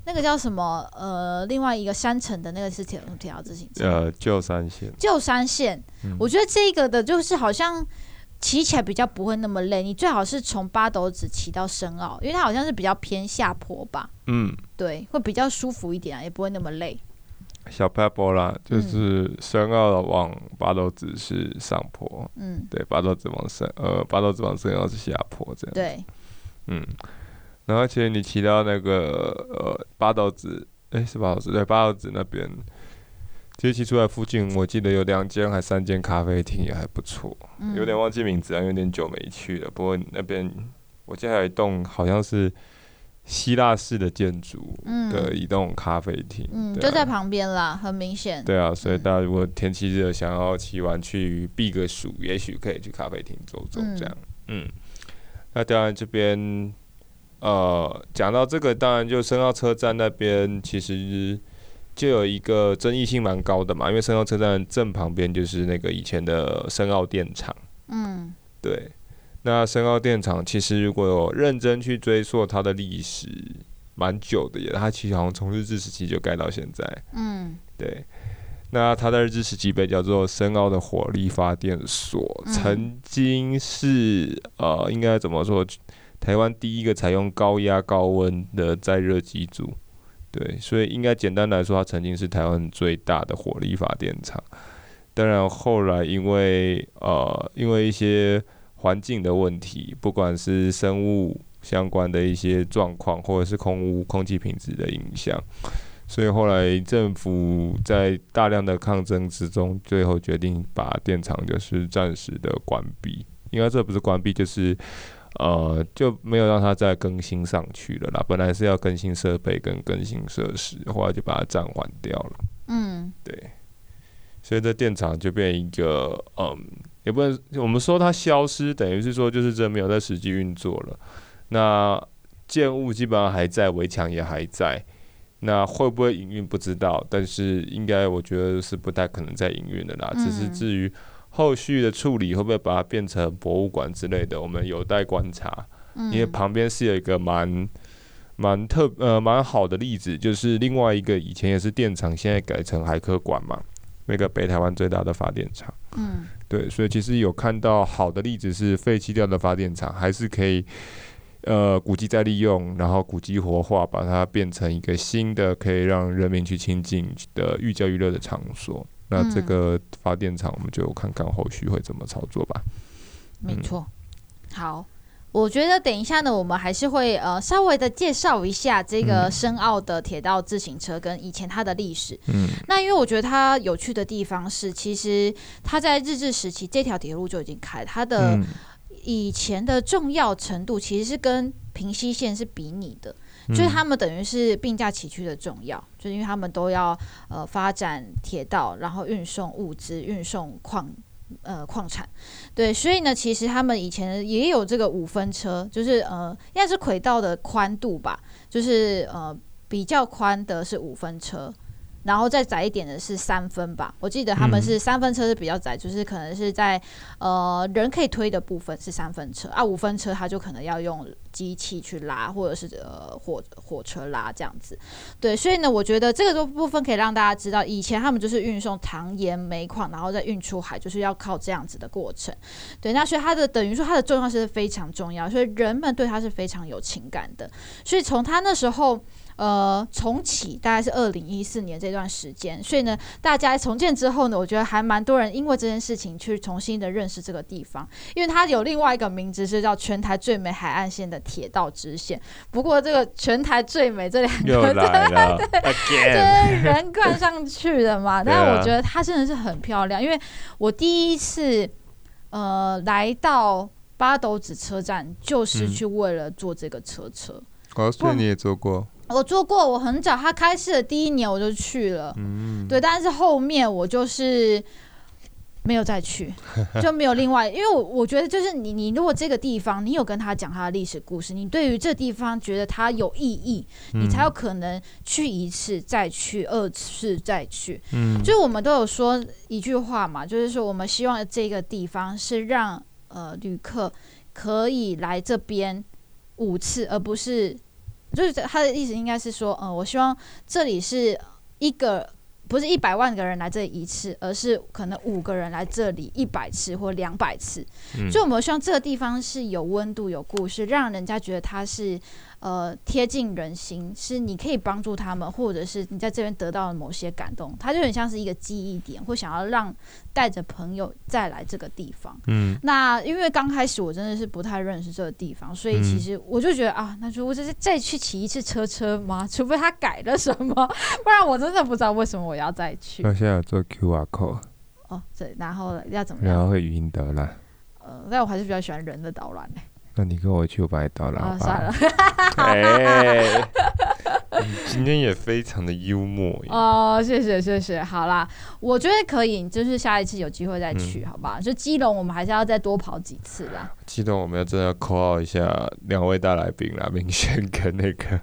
Speaker 1: 那个叫什么呃，另外一个山城的那个是铁路铁道自行车，
Speaker 2: 呃，旧山线，
Speaker 1: 旧山线，
Speaker 2: 嗯
Speaker 1: 我觉得这个的就是好像骑起来比较不会那么累，你最好是从八斗子骑到深澳，因为它好像是比较偏下坡吧，
Speaker 2: 嗯，
Speaker 1: 对，会比较舒服一点啊，也不会那么累。
Speaker 2: 小 pebble 啦，就是深澳往八斗子是上坡，
Speaker 1: 嗯，
Speaker 2: 对，八斗子往深呃八斗子往深澳是下坡这样。，
Speaker 1: 对，
Speaker 2: 嗯，然后其实你骑到那个呃八斗子，哎、是八斗子对八斗子那边，其实骑出来附近，我记得有两间还三间咖啡厅也还不错，
Speaker 1: 嗯
Speaker 2: 有点忘记名字啊，有点久没去了。不过那边我记得还有一栋好像是希腊式的建筑
Speaker 1: 嗯
Speaker 2: 的一栋咖啡厅，
Speaker 1: 嗯，
Speaker 2: 对
Speaker 1: 就
Speaker 2: 啊
Speaker 1: 在旁边啦，很明显。
Speaker 2: 对啊，所以
Speaker 1: 嗯
Speaker 2: 大家如果天气热，想要骑完去避个暑，也许可以去咖啡厅走走这样。嗯，那当然这边，呃，讲到这个，当然就深澳车站那边其实就有一个争议性蛮高的嘛，因为深澳车站正旁边就是那个以前的深澳电厂。
Speaker 1: 嗯
Speaker 2: 对，那深澳电厂其实如果有认真去追溯它的历史，蛮久的耶，它其实好像从日治时期就盖到现在。
Speaker 1: 嗯
Speaker 2: 对，那它在日治时期被叫做深澳的火力发电所，
Speaker 1: 嗯
Speaker 2: 曾经是呃，应该怎么说？台湾第一个采用高压高温的再热机组，对，所以应该简单来说，它曾经是台湾最大的火力发电厂。当然，后来因为呃，因为一些环境的问题，不管是生物相关的一些状况，或者是空污、空气品质的影响，所以后来政府在大量的抗争之中，最后决定把电厂就是暂时的关闭。应该这不是关闭，就是呃就没有让它再更新上去了啦。本来是要更新设备跟更新设施，后来就把它暂缓掉了。
Speaker 1: 嗯
Speaker 2: 对，所以这电厂就变一个，嗯，也不能我们说它消失，等于是说就是真没有在实际运作了。那建物基本上还在，围墙也还在。那会不会营运不知道，但是应该我觉得是不太可能再营运的啦。只是
Speaker 1: 嗯
Speaker 2: 至于后续的处理，会不会把它变成博物馆之类的，我们有待观察。
Speaker 1: 嗯，
Speaker 2: 因为旁边是有一个蛮蛮特呃蛮好的例子，就是另外一个以前也是电厂，现在改成海科馆嘛，那个北台湾最大的发电厂。
Speaker 1: 嗯
Speaker 2: 对，所以其实有看到好的例子是废弃掉的发电厂，还是可以呃古迹再利用，然后古迹活化，把它变成一个新的可以让人民去亲近的寓教于乐的场所。那这
Speaker 1: 嗯
Speaker 2: 个发电厂，我们就看看后续会怎么操作吧。
Speaker 1: 没
Speaker 2: 嗯
Speaker 1: 错。好，我觉得等一下呢，我们还是会呃稍微的介绍一下这个
Speaker 2: 嗯
Speaker 1: 深澳的铁道自行车跟以前它的历史。
Speaker 2: 嗯
Speaker 1: 那因为我觉得它有趣的地方是，其实它在日治时期这条铁路就已经开了，它的
Speaker 2: 嗯，
Speaker 1: 以前的重要程度其实是跟平西线是比拟的。就是他们等于是并驾齐驱的重要，就是因为他们都要呃发展铁道，然后运送物资、运送矿呃矿产，对，所以呢，其实他们以前也有这个五分车，就是呃应该是轨道的宽度吧，就是呃比较宽的是五分车。然后再窄一点的是三分吧，我记得他们是三分车是比较窄，就是可能是在呃人可以推的部分是三分车啊，五分车它就可能要用机器去拉，或者是呃火火车拉这样子。对，所以呢，我觉得这个部分可以让大家知道，以前他们就是运送糖盐、煤矿，然后再运出海，就是要靠这样子的过程。对，那所以它的等于说它的重要性是非常重要，所以人们对它是非常有情感的。所以从他那时候。呃，重启大概是二零一四年这段时间，所以呢，大家重建之后呢，我觉得还蛮多人因为这件事情去重新的认识这个地方，因为它有另外一个名字是叫全台最美海岸线的铁道支线。不过这个全台最美这两
Speaker 2: 又
Speaker 1: 个字
Speaker 2: 来了，again。
Speaker 1: 就是人灌上去的嘛。
Speaker 2: 对啊
Speaker 1: 但我觉得它真的是很漂亮，因为我第一次呃来到八斗子车站，就是
Speaker 2: 嗯
Speaker 1: 去为了坐这个车车。
Speaker 2: 哦，所以
Speaker 1: 不
Speaker 2: 你也做过，
Speaker 1: 我坐过，我很早，它开市的第一年我就去了，
Speaker 2: 嗯，
Speaker 1: 对，但是后面我就是没有再去，就没有另外，因为我我觉得就是你你如果这个地方你有跟他讲他的历史故事，你对于这地方觉得它有意义，嗯
Speaker 2: 嗯
Speaker 1: 你才有可能去一次再去，二次再去。
Speaker 2: 嗯，
Speaker 1: 就是我们都有说一句话嘛，就是说我们希望这个地方是让呃旅客可以来这边五次，而不是就是他的意思应该是说，呃，我希望这里是一个。不是一百万个人来这里一次，而是可能五个人来这里一百次或两百次，
Speaker 2: 嗯
Speaker 1: 所以我们希望这个地方是有温度、有故事，让人家觉得它是呃贴近人心，是你可以帮助他们，或者是你在这边得到了某些感动，它就很像是一个记忆点，或想要让带着朋友再来这个地方。
Speaker 2: 嗯，
Speaker 1: 那因为刚开始我真的是不太认识这个地方，所以
Speaker 2: 嗯
Speaker 1: 其实我就觉得、啊，那如果就是再去骑一次车车吗？ 除非他改了什么，不然我真的不知道为什么我要再去。
Speaker 2: 那现在有做 QR code，
Speaker 1: 哦，对，然后要怎么
Speaker 2: 然
Speaker 1: 样？
Speaker 2: 后会语音导览。
Speaker 1: 呃，但我还是比较喜欢人的导览、欸
Speaker 2: 那你跟我去，我把你导览
Speaker 1: 啊，
Speaker 2: 吧。
Speaker 1: 算了，
Speaker 2: 哎， 你今天也非常的幽默耶。
Speaker 1: 哦，谢谢谢谢，好啦，我觉得可以，就是下一次有机会
Speaker 2: 嗯
Speaker 1: 再去，好吧？就基隆，我们还是要再多跑几次啦。
Speaker 2: 激动，我们要真的要 call out 一下两位大来宾啦，明轩跟 那个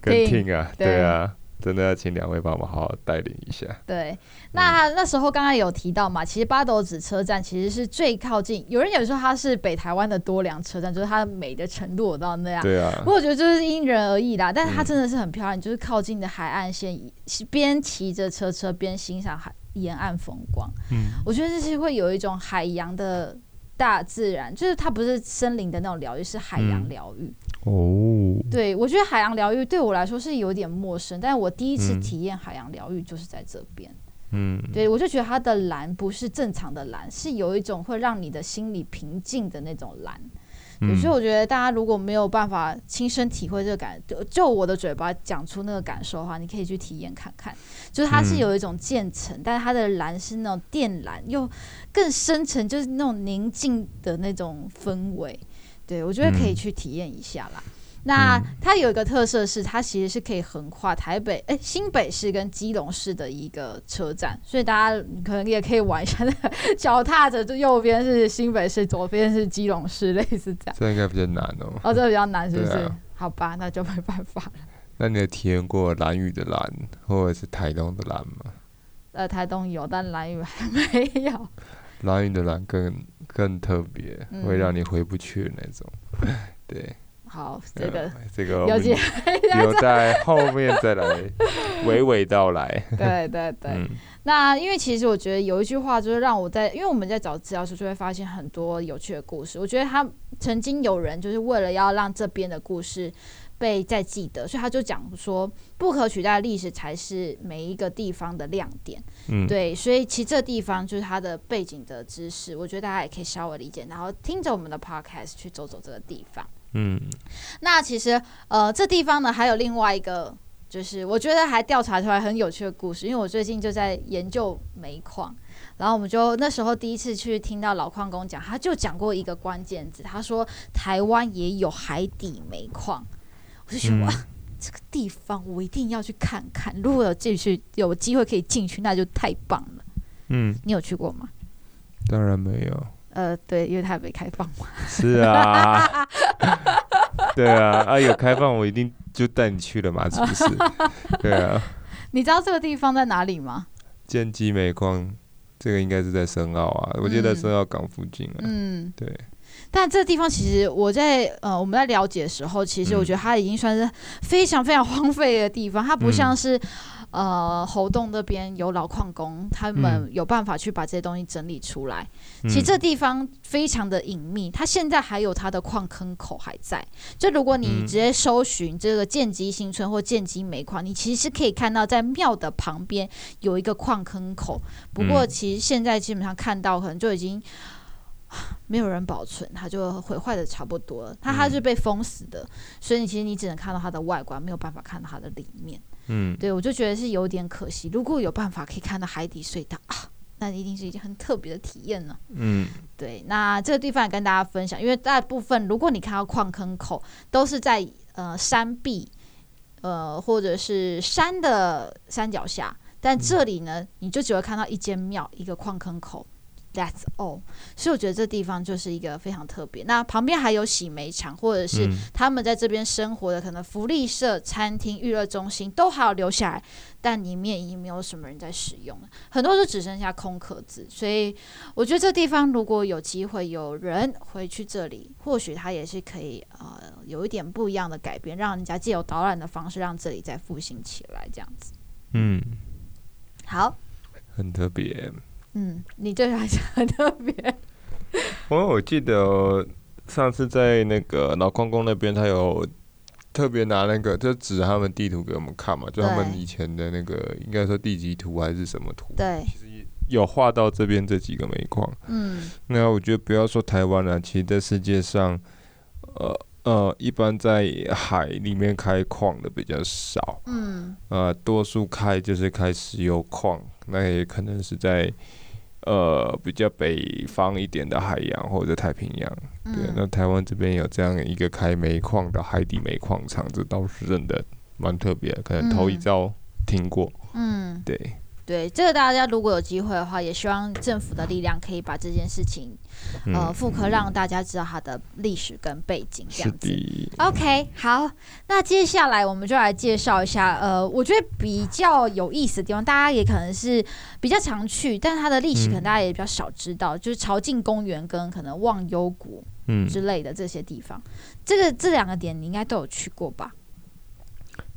Speaker 2: 跟
Speaker 1: 对
Speaker 2: Ting 啊，
Speaker 1: 对
Speaker 2: 对啊，真的要请两位帮我们好好带领一下。
Speaker 1: 对，那那时候刚刚有提到嘛，其实八斗子车站其实是最靠近，有人有说它是北台湾的多良车站，就是它的美的程度有到那样。
Speaker 2: 对啊嗯
Speaker 1: 不，过我觉得就是因人而异啦，但是它真的是很漂亮，你就是靠近的海岸线，边骑着车车边欣赏海沿岸风光。
Speaker 2: 嗯，
Speaker 1: 我觉得这是会有一种海洋的大自然，就是它不是森林的那种疗愈，是海洋
Speaker 2: 嗯
Speaker 1: 疗愈。
Speaker 2: 哦，
Speaker 1: 对我觉得海洋疗愈对我来说是有点陌生，但是我第一次
Speaker 2: 嗯
Speaker 1: 体验海洋疗愈就是在这边。
Speaker 2: 嗯，
Speaker 1: 对我就觉得它的蓝不是正常的蓝，是有一种会让你的心里平静的那种蓝。对
Speaker 2: 嗯
Speaker 1: 所以我觉得大家如果没有办法亲身体会这个感，就就我的嘴巴讲出那个感受的话，你可以去体验看看。就是它是
Speaker 2: 嗯
Speaker 1: 有一种渐层，但是它的蓝是那种靛蓝，又更深沉，就是那种宁静的那种氛围。对我觉得可以
Speaker 2: 嗯
Speaker 1: 去体验一下啦。那
Speaker 2: 嗯
Speaker 1: 它有一个特色是，它其实是可以横跨台北、哎、新北市跟基隆市的一个车站，所以大家可能也可以玩一下，那个脚踏着就右边是新北市，左边是基隆市，类似这样。
Speaker 2: 这应该比较难哦。
Speaker 1: 哦，这个比较难，是不是？
Speaker 2: 对啊
Speaker 1: 好吧，那就没办法了。
Speaker 2: 那你有体验过蓝雨的蓝，或者是台东的蓝吗？
Speaker 1: 呃，台东有，但蓝屿还没有。
Speaker 2: 蓝雨的蓝更更特别，
Speaker 1: 嗯
Speaker 2: 会让你回不去的那种。 对，
Speaker 1: 好，这个
Speaker 2: 呃这个我
Speaker 1: 有
Speaker 2: 们
Speaker 1: 解。
Speaker 2: 留在后面再来娓娓道来。
Speaker 1: 对对 对。
Speaker 2: 嗯
Speaker 1: 那因为其实我觉得有一句话就是让我在，因为我们在找资料的时候就会发现很多有趣的故事。我觉得他曾经有人就是为了要让这边的故事被再记得，所以他就讲说，不可取代的历史才是每一个地方的亮点。
Speaker 2: 嗯，
Speaker 1: 对，所以其实这地方就是它的背景的知识，我觉得大家也可以稍微理解，然后听着我们的 podcast 去走走这个地方。
Speaker 2: 嗯，
Speaker 1: 那其实呃，这地方呢还有另外一个，就是我觉得还调查出来很有趣的故事，因为我最近就在研究煤矿，然后我们就那时候第一次去听到老矿工讲，他就讲过一个关键字，他说台湾也有海底煤矿，我就觉得、
Speaker 2: 嗯
Speaker 1: 哇。这个地方我一定要去看看，如果有进去有机会可以进去，那就太棒了。
Speaker 2: 嗯，
Speaker 1: 你有去过吗？
Speaker 2: 当然没有。
Speaker 1: 呃，对，因为它还没开放嘛。
Speaker 2: 是啊， 对啊，啊有开放我一定就带你去了嘛，是不 是？对啊，
Speaker 1: 你知道这个地方在哪里吗？
Speaker 2: 剑基煤矿这个应该是在深澳啊，我记得
Speaker 1: 嗯
Speaker 2: 在深澳港附近啊。
Speaker 1: 嗯，
Speaker 2: 对。
Speaker 1: 但这个地方其实我在呃我们在了解的时候，其实我觉得它已经算是非常非常荒废的地方，它不像是。呃，侯洞那边有老矿工，他们有办法去把这些东西整理出来。
Speaker 2: 嗯
Speaker 1: 其实这地方非常的隐秘，它现在还有它的矿坑口还在。就如果你
Speaker 2: 嗯
Speaker 1: 直接搜寻这个剑基新村或剑基煤矿，你其实是可以看到在庙的旁边有一个矿坑口。不过
Speaker 2: 嗯
Speaker 1: 其实现在基本上看到可能就已经 啊没有人保存，它就毁坏的差不多了。它它
Speaker 2: 嗯
Speaker 1: 是被封死的，所以你其实你只能看到它的外观，没有办法看到它的里面。
Speaker 2: 嗯，
Speaker 1: 对我就觉得是有点可惜。如果有办法可以看到海底隧道啊，那一定是一件很特别的体验哦呢、
Speaker 2: 嗯
Speaker 1: 对，那这个地方也跟大家分享，因为大部分如果你看到矿坑口，都是在呃山壁，呃或者是山的山脚下，但这里呢，你就只会看到一间庙，一个矿坑口。That's all，所以我觉得这地方就是一个非常特别。那旁边还有洗煤场，或者是
Speaker 2: 嗯
Speaker 1: 他们在这边生活的可能福利社、餐厅、娱乐中心都还有留下来，但里面已经没有什么人在使用了，很多就只剩下空壳子。所以我觉得这地方如果有机会有人回去这里，或许它也是可以呃有一点不一样的改变，让人家借由导览的方式让这里再复兴起来，这样子。
Speaker 2: 嗯，
Speaker 1: 好，
Speaker 2: 很特别。
Speaker 1: 嗯，你这个还是很特别，
Speaker 2: 因为我记得上次在那个老矿工那边，他有特别拿那个，就指他们地图给我们看嘛，就他们
Speaker 1: 对
Speaker 2: 以前的那个，应该说地级图还是什么图，
Speaker 1: 对，
Speaker 2: 其实也有画到这边这几个煤矿。
Speaker 1: 嗯，
Speaker 2: 那我觉得不要说台湾了、啊其实在世界上，呃呃，一般在海里面开矿的比较少，
Speaker 1: 嗯，
Speaker 2: 呃，多数开就是开石油矿，那也可能是在呃比较北方一点的海洋或者太平洋。对，那
Speaker 1: 嗯，
Speaker 2: 台湾这边有这样一个开煤矿的海底煤矿厂，这倒是真的蛮特别的，可能头一
Speaker 1: 嗯
Speaker 2: 遭听过。
Speaker 1: 嗯，
Speaker 2: 对，
Speaker 1: 对，这个大家如果有机会的话，也希望政府的力量可以把这件事情呃
Speaker 2: 嗯，
Speaker 1: 复刻，让大家知道它的历史跟背景这
Speaker 2: 是
Speaker 1: 样子。
Speaker 2: 的，
Speaker 1: OK，好，那接下来我们就来介绍一下，呃，我觉得比较有意思的地方，大家也可能是比较常去，但是它的历史可能
Speaker 2: 嗯
Speaker 1: 大家也比较少知道，就是朝境公园跟可能忘忧谷
Speaker 2: 嗯，
Speaker 1: 之类的这些地方。这个这两个点你应该都有去过吧？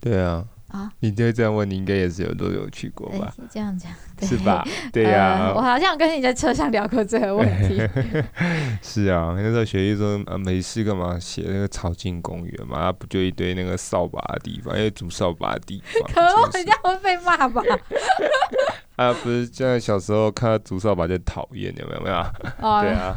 Speaker 2: 对啊。
Speaker 1: 啊，
Speaker 2: 你对这样问，你应该也是有都有去过
Speaker 1: 哎
Speaker 2: 吧？，
Speaker 1: 这样讲
Speaker 2: 是吧？对啊呀、
Speaker 1: 呃我好像跟你在车上聊过这个问 题。
Speaker 2: 是啊。那时候学弟说，啊，没事干嘛写那个草径公园嘛？啊不就一堆那个扫把的地方，因为煮扫把的地方。
Speaker 1: 可恶，人
Speaker 2: 真是
Speaker 1: 家会被骂 吧？
Speaker 2: 啊，不是，这样小时候看到竹扫把就讨厌，有没 有？有没有？
Speaker 1: 哦
Speaker 2: 对，啊，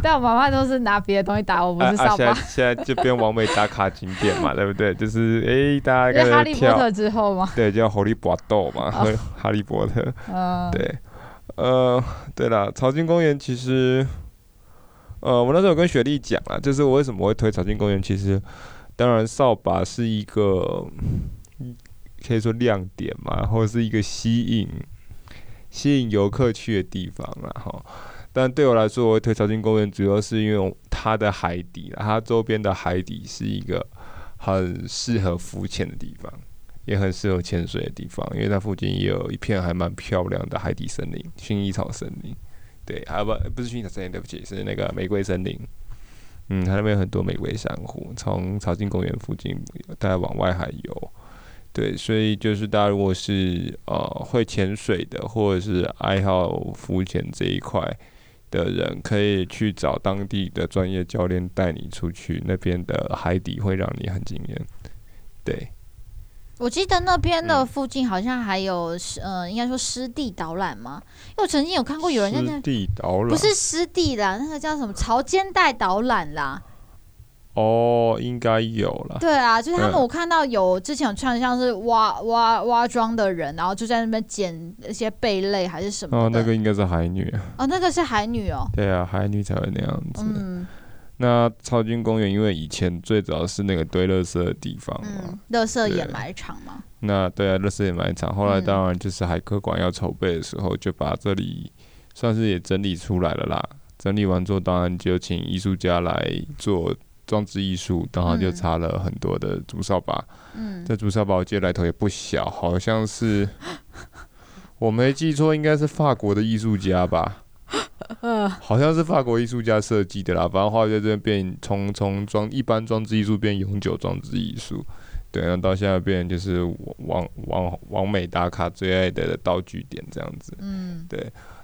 Speaker 1: 但我妈妈都是拿别的东西打我，不
Speaker 2: 啊
Speaker 1: 是
Speaker 2: 啊，
Speaker 1: 扫
Speaker 2: 现
Speaker 1: 把
Speaker 2: 在。现在就变完美打卡景点嘛，对不对？就是哎、大
Speaker 1: 因
Speaker 2: 家
Speaker 1: 为哈利
Speaker 2: 跟
Speaker 1: 波
Speaker 2: 跳，
Speaker 1: 特哦之后嘛，
Speaker 2: 对，叫《狐狸搏斗》嘛，和《 哈利波特》
Speaker 1: 嗯，
Speaker 2: 对，呃，对了，草金公园其实，呃，我那时候有跟雪莉讲啊，就是我为什么会推草金公园，其实当然扫把是一个嗯可以说亮点嘛，或者是一个吸引吸引游客去的地方啦，哈。但对我来说，我会推草金公园，主要是因为它的海底啦，它周边的海底是一个很适合浮潜的地方。也很适合潜水的地方，因为它附近也有一片还蛮漂亮的海底森林——薰衣草森林。对，还有不不是薰衣草森林，对不起，是那个玫瑰森林。嗯，它那边有很多玫瑰珊瑚，从草金公园附近大概往外海游。对，所以就是大家如果是呃会潜水的，或者是爱好浮潜这一块的人，可以去找当地的专业教练带你出去，那边的海底会让你很惊艳。对，
Speaker 1: 我记得那边的附近好像还有，呃，应该说湿地导览嘛，因为我曾经有看过有人在那
Speaker 2: 湿，地导览
Speaker 1: 不是湿地啦，那个叫什么潮间带导览啦，
Speaker 2: 哦，应该有了。
Speaker 1: 对啊，就是他们
Speaker 2: 嗯
Speaker 1: 我看到有之前有穿像是蛙蛙蛙装的人，然后就在那边捡一些贝类还是什么
Speaker 2: 哦，
Speaker 1: 的，
Speaker 2: 那个应该是海女啊，
Speaker 1: 哦那个是海女哦，
Speaker 2: 对啊，海女才会那样子。
Speaker 1: 嗯
Speaker 2: 那超军公园因为以前最早是那个堆垃圾的地方嘛，
Speaker 1: 嗯，乐色
Speaker 2: 哦对
Speaker 1: 掩埋场嘛，
Speaker 2: 那对啊，垃圾也蛮长。后来
Speaker 1: 嗯
Speaker 2: 当然就是海科馆要筹备的时候，就把这里算是也整理出来了啦。整理完之后，当然就请艺术家来做装置艺术，然后就
Speaker 1: 嗯
Speaker 2: 插了很多的竹扫把。
Speaker 1: 嗯，
Speaker 2: 这竹扫把我记得来头也不小，好像是我没记错，应该是法国的艺术家吧？好像是法国艺术家设计的啦。反正后来在这边变从从装一般装置艺术变永久装置艺术，对，然后到现在变就是网网网美打卡最爱的道具点这样子。
Speaker 1: 嗯，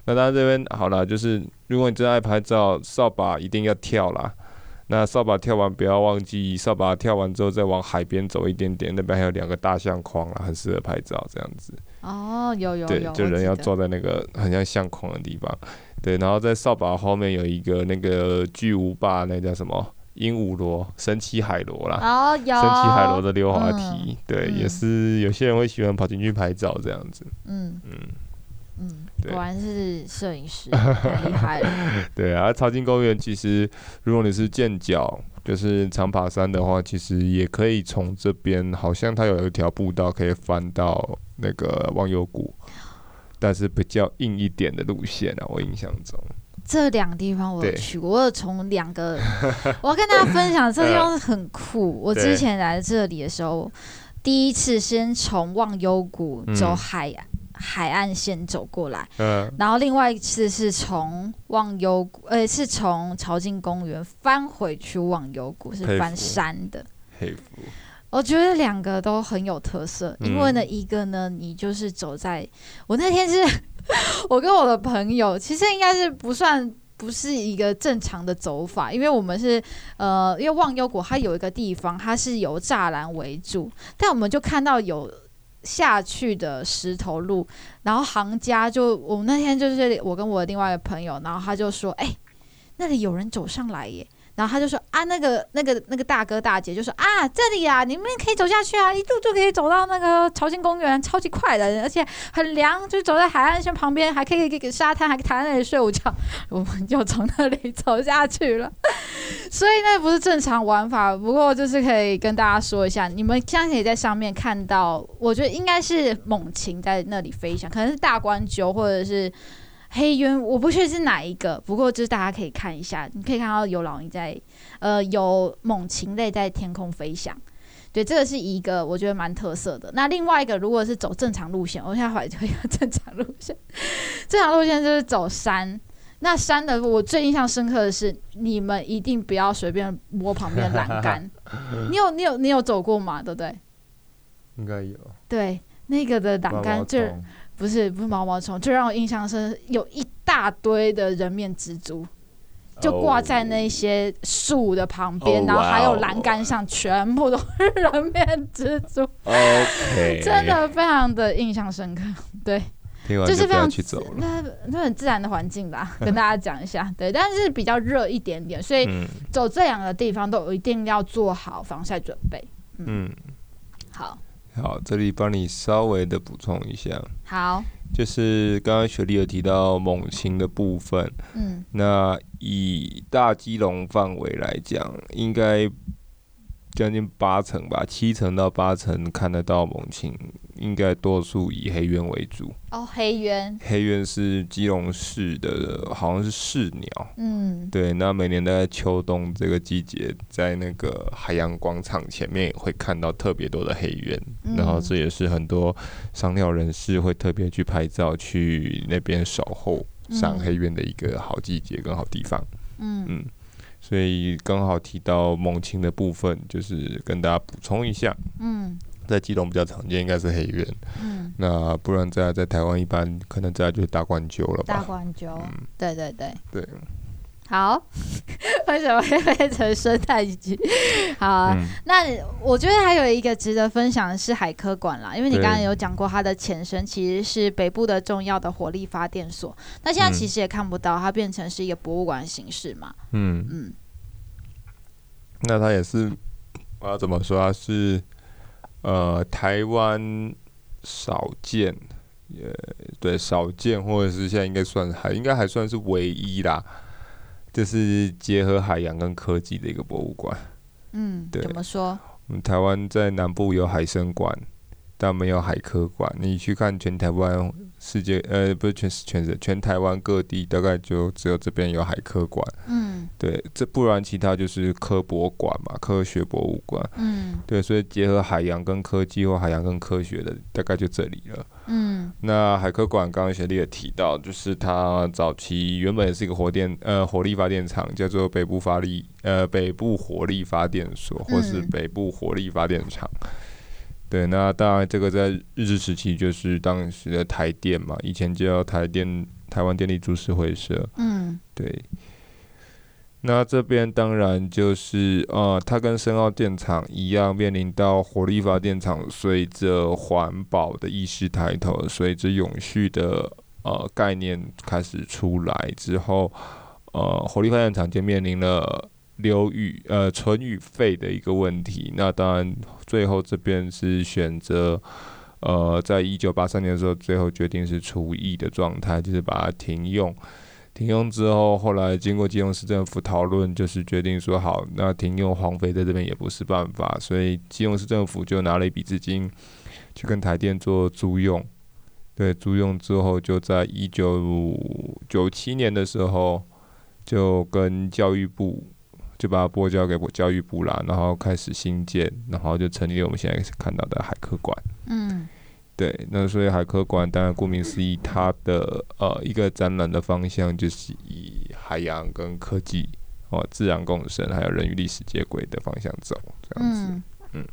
Speaker 2: 那当然这边好啦，就是如果你真的爱拍照，扫把一定要跳啦。那扫把跳完不要忘记，扫把跳完之后再往海边走一点点，那边还有两个大相框啦，很适合拍照这样子。
Speaker 1: 哦，有有
Speaker 2: 对
Speaker 1: 有，，
Speaker 2: 就
Speaker 1: 我
Speaker 2: 人
Speaker 1: 记
Speaker 2: 要
Speaker 1: 得
Speaker 2: 坐在那个很像相框的地方。对，然后在扫把后面有一个那个巨无霸，那叫什么鹦鹉螺、神奇海螺啦。
Speaker 1: 哦，有
Speaker 2: 神奇海螺的溜滑梯，对，
Speaker 1: 嗯
Speaker 2: 也是有些人会喜欢跑进去拍照这样子。
Speaker 1: 嗯
Speaker 2: 嗯，
Speaker 1: 嗯，
Speaker 2: 对
Speaker 1: 果然是摄影师，太厉害 了。
Speaker 2: 对啊，朝金公园其实如果你是健脚，就是常爬山的话，其实也可以从这边，好像它有一条步道可以翻到那个忘忧谷，但是比较硬一点的路线啊，我印象中。
Speaker 1: 这两个地方我有
Speaker 2: 对
Speaker 1: 去过，我有从两个， 我要跟大家分享，这地方是很酷。我之
Speaker 2: 对
Speaker 1: 前来这里的时候，第一次先从忘忧谷
Speaker 2: 嗯
Speaker 1: 走海、海岸线走过来，
Speaker 2: 嗯、
Speaker 1: 然后另外一次是从忘忧谷，呃，是从朝境公园翻回去忘忧谷，
Speaker 2: 佩
Speaker 1: 是
Speaker 2: 服
Speaker 1: 翻山的。
Speaker 2: 佩服。
Speaker 1: 我觉得两个都很有特色，因为呢，一个呢，你 就是走在我那天是，我跟我的朋友，其实应该是不算不是一个正常的走法，因为我们是呃，因为忘忧国它有一个地方，它是由栅栏围住，但我们就看到有下去的石头路，然后行家就我们那天就是我跟我另外一个朋友，然后他就说，哎、那里有人走上来耶。然后他就说啊，那个、那个、那个大哥大姐就说啊，这里呀、你们可以走下去啊，一路就可以走到那个朝鲜公园，超级快的，而且很凉，就走在海岸线旁边，还可以给给沙滩，还可以躺在那里睡午觉。我们就从那里走下去了， 所以那不是正常玩法。不过就是可以跟大家说一下，你们现在可以在上面看到，我觉得应该是猛禽在那里飞翔，可能是大冠鸠或者是。黑鸢，我不确定是哪一个，不过就是大家可以看一下，你可以看到有老鹰在，呃，有猛禽类在天空飞翔。对，这个是一个我觉得蛮特色的。那另外一个，如果是走正常路线，我现在怀推一下正常路线，正常路线就是走山。那山的，我最印象深刻的是，你们一定不要随便摸旁边的栏杆。你有你有你有走过吗？对不对？
Speaker 3: 应该有。
Speaker 1: 对，那个的栏杆就
Speaker 3: 毛毛虫
Speaker 1: 不是不是毛毛虫，最让我印象深有一大堆的人面蜘蛛，就挂在那些树的旁边，
Speaker 2: 哦
Speaker 1: 然后还
Speaker 2: 哇
Speaker 1: 有
Speaker 2: 哦
Speaker 1: 栏杆上全部都是人面蜘 蛛，
Speaker 2: 哦 OK，
Speaker 1: 真的非常的印象深刻。对，
Speaker 2: 听完
Speaker 1: 就是非
Speaker 2: 就不要
Speaker 1: 常
Speaker 2: 去走
Speaker 1: 自
Speaker 2: 了。
Speaker 1: 那那很自然的环境 啦，跟大家讲一下。对，但是比较热一点点，所以
Speaker 2: 嗯
Speaker 1: 走这两个地方都有一定要做好防晒准备。
Speaker 2: 嗯，
Speaker 1: 好，
Speaker 2: 好，这里帮你稍微的补充一下，
Speaker 1: 好，
Speaker 2: 就是刚刚雪莉有提到猛禽的部分，
Speaker 1: 嗯，
Speaker 2: 那以大基隆范围来讲，应该将近八成吧，七成到八成看得到猛禽，应该多数以黑鸢为主。
Speaker 1: 哦，黑鸢，
Speaker 2: 黑鸢是基隆市的，好像是市鸟。
Speaker 1: 嗯，
Speaker 2: 对，那每年在秋冬这个季节，在那个海洋广场前面也会看到特别多的黑鸢，
Speaker 1: 嗯
Speaker 2: 然后这也是很多赏鸟人士会特别去拍照去那边守候赏
Speaker 1: 嗯
Speaker 2: 黑鸢的一个好季节跟好地方。
Speaker 1: 嗯，
Speaker 2: 嗯，所以刚好提到猛禽的部分，就是跟大家补充一下，
Speaker 1: 嗯，
Speaker 2: 在基隆比较常见应该是黑鸢，
Speaker 1: 嗯，
Speaker 2: 那不然在在台湾一般可能大家就是大冠鸠了
Speaker 1: 大
Speaker 2: 吧？
Speaker 1: 冠鸠，
Speaker 2: 嗯，
Speaker 1: 对对对。
Speaker 2: 对，
Speaker 1: 好， 为什么会变成生态局？ 好啊、
Speaker 2: 嗯，
Speaker 1: 那我觉得还有一个值得分享的是海科馆啦，因为你
Speaker 2: 对
Speaker 1: 刚刚有讲过它的前身其实是北部的重要的火力发电所，那现在
Speaker 2: 嗯
Speaker 1: 其实也看不到，它变成是一个博物馆形式嘛。
Speaker 2: 嗯。
Speaker 1: 嗯，
Speaker 2: 那它也是，我要怎么说啊？是呃，台湾少见，呃，对，少见，或者是现在应该算还应该还算是唯一啦，就是结合海洋跟科技的一个博物馆。
Speaker 1: 嗯，
Speaker 2: 对
Speaker 1: 怎么说？
Speaker 2: 我嗯们台湾在南部有海参馆，但没有海科馆。你去看全台湾世界，呃，不是全全世全台湾各地，大概就只有这边有海科馆。
Speaker 1: 嗯
Speaker 2: 对，这不然其他就是科博馆嘛，科学博物馆。
Speaker 1: 嗯
Speaker 2: 对，所以结合海洋跟科技或海洋跟科学的，大概就这里了。
Speaker 1: 嗯
Speaker 2: 那海科馆刚刚学弟也提到，就是它早期原本是一个火电呃火力发电厂，叫做北部发力呃北部火力发电所，或是
Speaker 1: 嗯
Speaker 2: 北部火力发电厂。对，那当然这个在日治时期就是当时的台电嘛，以前叫台电台湾电力株式会社。
Speaker 1: 嗯
Speaker 2: 对，那这边当然就是呃，它跟深澳电厂一样，面临到火力发电厂随着环保的意识抬头，随着永续的呃概念开始出来之后，呃，火力发电厂就面临了。流域呃纯与废的一个问题，那当然最后这边是选择呃，在一九八三年的时候，最后决定是除役的状态，就是把它停用。停用之后，后来经过基隆市政府讨论，就是决定说好，那停用黄飞在这边也不是办法，所以基隆市政府就拿了一笔资金去跟台电做租用。对，租用之后，就在一九九七年的时候，就跟教育部就把它拨交给教育部啦，然后开始新建，然后就成立了我们现在看到的海科馆。
Speaker 1: 嗯
Speaker 2: 对，那所以海科馆当然顾名思义，它的呃一个展览的方向就是以海洋跟科技哦、自然共生，还有人与历史接轨的方向走，这样子。
Speaker 1: 嗯
Speaker 2: 嗯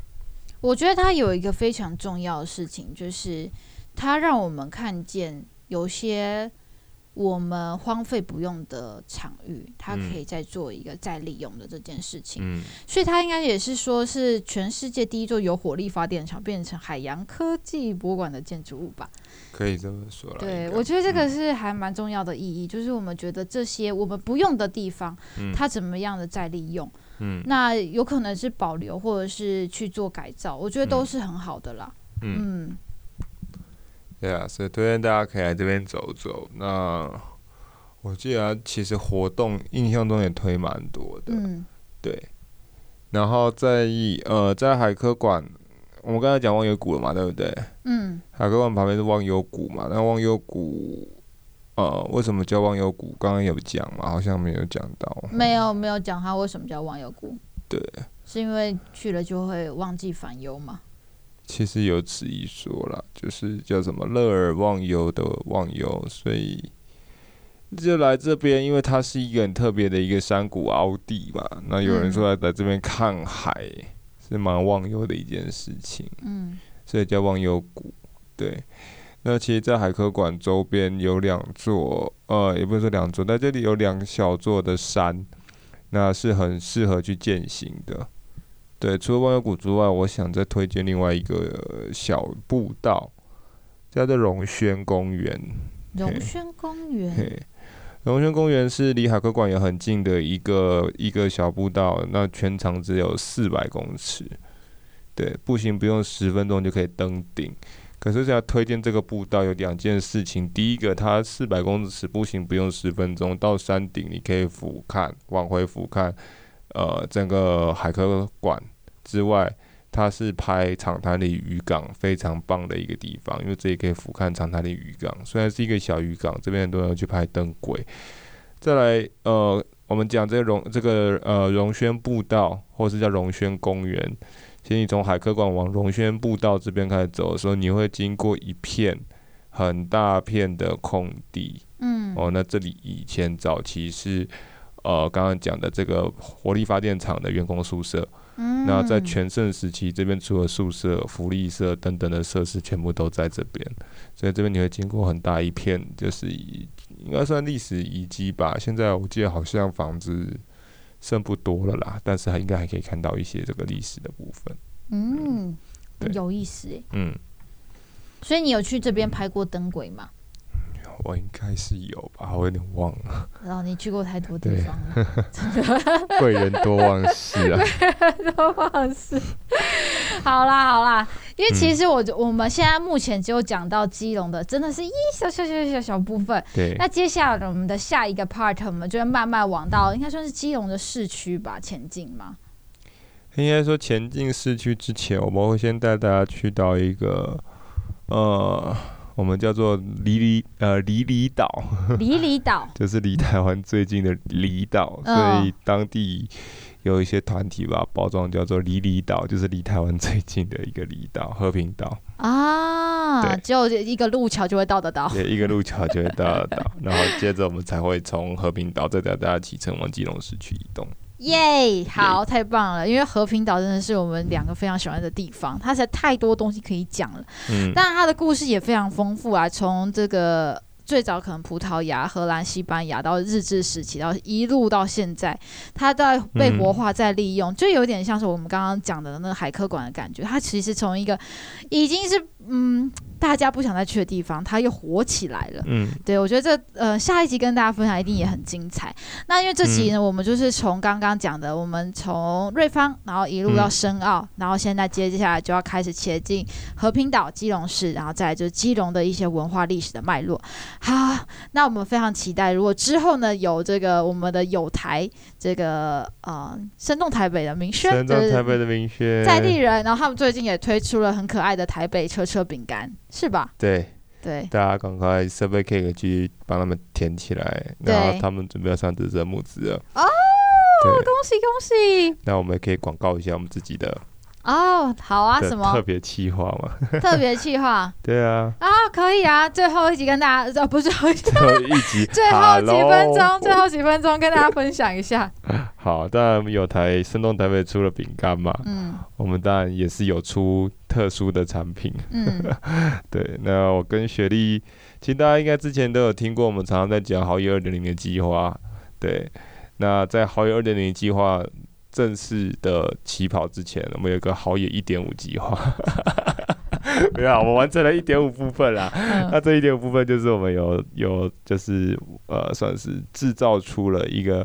Speaker 1: 我觉得它有一个非常重要的事情，就是它让我们看见有些我们荒废不用的场域，它
Speaker 2: 嗯
Speaker 1: 可以再做一个再利用的这件事情。
Speaker 2: 嗯，
Speaker 1: 所以它应该也是说是全世界第一座由火力发电厂变成海洋科技博物馆的建筑物吧？
Speaker 2: 可以这么说了。
Speaker 1: 对，
Speaker 2: 应该
Speaker 1: 我觉得这个是还蛮重要的意义，就是我们觉得这些我们不用的地方，
Speaker 2: 嗯
Speaker 1: 它怎么样的再利用，
Speaker 2: 嗯
Speaker 1: 那有可能是保留或者是去做改造，我觉得都
Speaker 2: 嗯
Speaker 1: 是很好的啦。
Speaker 2: 嗯，
Speaker 1: 嗯
Speaker 2: 对啊，所以推荐大家可以来这边走走。那我记得啊其实活动印象中也推蛮多的，
Speaker 1: 嗯
Speaker 2: 对。然后在一呃，在海科馆，我们刚才讲忘忧谷了嘛，对不对？
Speaker 1: 嗯，
Speaker 2: 海科馆旁边是忘忧谷嘛，那忘忧谷，呃，为什么叫忘忧谷？刚刚有讲嘛，好像没有讲到。
Speaker 1: 没有没有讲它为什么叫忘忧谷，
Speaker 2: 对，
Speaker 1: 是因为去了就会忘记烦忧嘛？
Speaker 2: 其实有此一说啦，就是叫什么乐而忘忧的忘忧，所以就来这边，因为它是一个很特别的一个山谷凹地嘛。那有人说来这边看海、是蛮忘忧的一件事情，
Speaker 1: 嗯
Speaker 2: 所以叫忘忧谷。对，那其实，在海科馆周边有两座，呃，也不是说两座，在这里有两小座的山，那是很适合去践行的。对，除了忘忧谷之外，我想再推荐另外一个呃小步道，叫做荣轩公园。
Speaker 1: 荣轩公园，
Speaker 2: 嘿，荣轩公园是离海科馆也很近的一个一个小步道，那全长只有四百公尺，对，步行不用十分钟就可以登顶。可是要推荐这个步道有两件事情，第一个，它四百公尺步行不用十分钟，到山顶你可以俯瞰，往回俯瞰，呃，整个海科馆之外。它是拍长滩里渔港非常棒的一个地方，因为这里可以俯瞰长滩里渔港。虽然是一个小渔港，这边很多人去拍灯轨。再来，呃，我们讲这个荣这个呃荣轩步道，或是叫荣轩公园。其实你从海科馆往荣轩步道这边开始走的时候，你会经过一片很大片的空地。
Speaker 1: 嗯
Speaker 2: 哦，那这里以前早期是呃刚刚讲的这个火力发电厂的员工宿舍。
Speaker 1: 嗯，
Speaker 2: 那在全盛时期，这边除了宿舍、福利社等等的设施，全部都在这边，所以这边你会经过很大一片，就是以应该算历史遗迹吧。现在我记得好像房子剩不多了啦，但是还应该还可以看到一些这个历史的部分。
Speaker 1: 嗯
Speaker 2: 对
Speaker 1: 有意思哎，
Speaker 2: 嗯，
Speaker 1: 所以你有去这边拍过灯轨吗？
Speaker 2: 我应该是有吧，我有点忘了，
Speaker 1: 然后你去过太多地
Speaker 2: 对
Speaker 1: 方了，
Speaker 2: 贵人多忘事啊。
Speaker 1: 都忘事。 好啦好啦，因为其
Speaker 2: 嗯
Speaker 1: 实我、我们现在目前只有讲到基隆的，真的是一小小小小小部分。
Speaker 2: 对，
Speaker 1: 那接下来我们的下一个 part，我们就会慢慢往到应该算是基隆的市区吧前进 嘛。
Speaker 2: 应该说前进市区之前，我们会先带大家去到一个呃，我们叫做离离呃离离岛，
Speaker 1: 离离岛，
Speaker 2: 就是离台湾最近的离岛，
Speaker 1: 嗯
Speaker 2: 所以当地有一些团体把它包装叫做离离岛，就是离台湾最近的一个离岛，和平岛，
Speaker 1: 啊，
Speaker 2: 对
Speaker 1: 只有一个路桥就会到得到。
Speaker 2: 也一个路桥就会到的岛，然后接着我们才会从和平岛再带大家启程往基隆市区移动。
Speaker 1: 耶好，太棒了！因为和平岛真的是我们两个非常喜欢的地方，它实在太多东西可以讲了。
Speaker 2: 嗯，
Speaker 1: 但它的故事也非常丰富啊，从这个最早可能葡萄牙、荷兰、西班牙到日治时期，到一路到现在，它都在被活化、在利用，就有点像是我们刚刚讲的那个海科馆的感觉。它其实从一个已经是嗯大家不想再去的地方，它又火起来了。
Speaker 2: 嗯，
Speaker 1: 对，我觉得这呃下一集跟大家分享一定也很精彩。那因为这集呢，
Speaker 2: 嗯
Speaker 1: 我们就是从刚刚讲的，我们从瑞芳，然后一路到
Speaker 2: 嗯
Speaker 1: 深澳，然后现在接下来就要开始切进和平岛、基隆市，然后再来就是基隆的一些文化历史的脉络。好，那我们非常期待，如果之后呢有这个我们的有台这个呃生动台北的名声，
Speaker 2: 深
Speaker 1: 就
Speaker 2: 圳台北
Speaker 1: 是呃
Speaker 2: 的明轩，
Speaker 1: 在地人，然后他们最近也推出了很可爱的台北车车饼干，是吧？
Speaker 2: 对。
Speaker 1: 对，
Speaker 2: 大家赶快 survey cake 去帮他们填起来，
Speaker 1: 对
Speaker 2: 然后他们准备要上这支募资了。
Speaker 1: 哦，
Speaker 2: 对，
Speaker 1: 恭喜恭喜！
Speaker 2: 那我们也可以广告一下我们自己的
Speaker 1: 哦，好啊，
Speaker 2: 的
Speaker 1: 什
Speaker 2: 特
Speaker 1: 么
Speaker 2: 别企划嘛。
Speaker 1: 特别计划
Speaker 2: 对啊，
Speaker 1: 啊？可以啊，最后一集跟大家，呃、不是最后一集，
Speaker 2: 最后一集，
Speaker 1: 最后几分
Speaker 2: Hello
Speaker 1: 钟，最后几分钟跟大家分享一下。
Speaker 2: 好，当然我们有台生动台北出了饼干嘛，
Speaker 1: 嗯
Speaker 2: 我们当然也是有出特殊的产品。
Speaker 1: 嗯，
Speaker 2: 对，那我跟雪莉其实大家应该之前都有听过，我们常常在讲好友二点零的计划。对，那在好友二点零计划正式的起跑之前，我们有个好友一点五计划。 没有啊，我们完成了一点五部分啦。那这一点五部分就是我们有有就是呃，算是制造出了一个，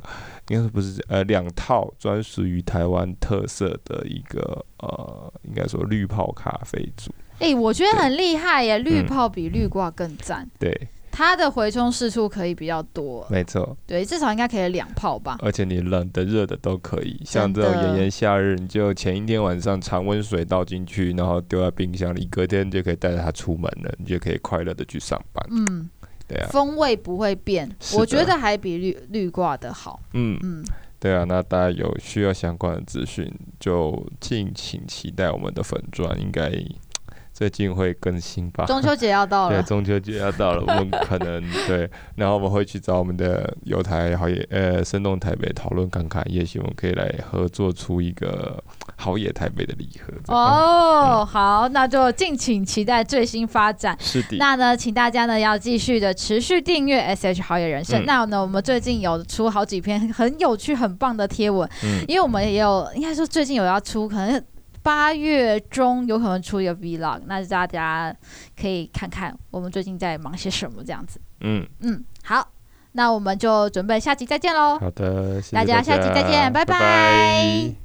Speaker 2: 应该是不是呃两套专属于台湾特色的一个呃，应该说绿泡咖啡组。
Speaker 1: 哎、我觉得很厉害耶，绿
Speaker 2: 嗯
Speaker 1: 泡比绿挂更赞，
Speaker 2: 对，
Speaker 1: 它的回冲次数可以比较多，
Speaker 2: 没错，
Speaker 1: 对，至少应该可以两泡吧。
Speaker 2: 而且你冷的、热的都可以。像这
Speaker 1: 真
Speaker 2: 种
Speaker 1: 的
Speaker 2: 炎炎夏日，你就前一天晚上常温水倒进去，然后丢在冰箱里，隔天就可以带着它出门了，你就可以快乐的去上班。
Speaker 1: 嗯，
Speaker 2: 对啊，
Speaker 1: 风味不会变，
Speaker 2: 是的
Speaker 1: 我觉得还比绿绿挂的好。
Speaker 2: 嗯。
Speaker 1: 嗯，
Speaker 2: 对啊，那大家有需要相关的资讯，就敬请期待我们的粉钻，应该最近会更新吧。
Speaker 1: 中秋节要到
Speaker 2: 对，
Speaker 1: 了，
Speaker 2: 中秋节要 到了，我们可能对，然后我们会去找我们的友台好野呃生动台北讨论看看，也许我们可以来合作出一个好野台北的礼盒。这样，嗯
Speaker 1: 哦，好，那就敬请期待最新发展。
Speaker 2: 是的，
Speaker 1: 那呢，请大家呢要继续的持续订阅 S H 好野人生。
Speaker 2: 嗯
Speaker 1: 那呢，我们最近有出好几篇很有趣、很棒的贴文，
Speaker 2: 嗯
Speaker 1: 因为我们也有应该说最近有要出，可能八月中有可能出一个 Vlog，那大家可以看看我们最近在忙些什么这样子。
Speaker 2: 嗯，
Speaker 1: 嗯，好，那我们就准备下集再见喽。
Speaker 2: 好的，谢谢
Speaker 1: 大家下期再见拜
Speaker 2: 拜
Speaker 1: 拜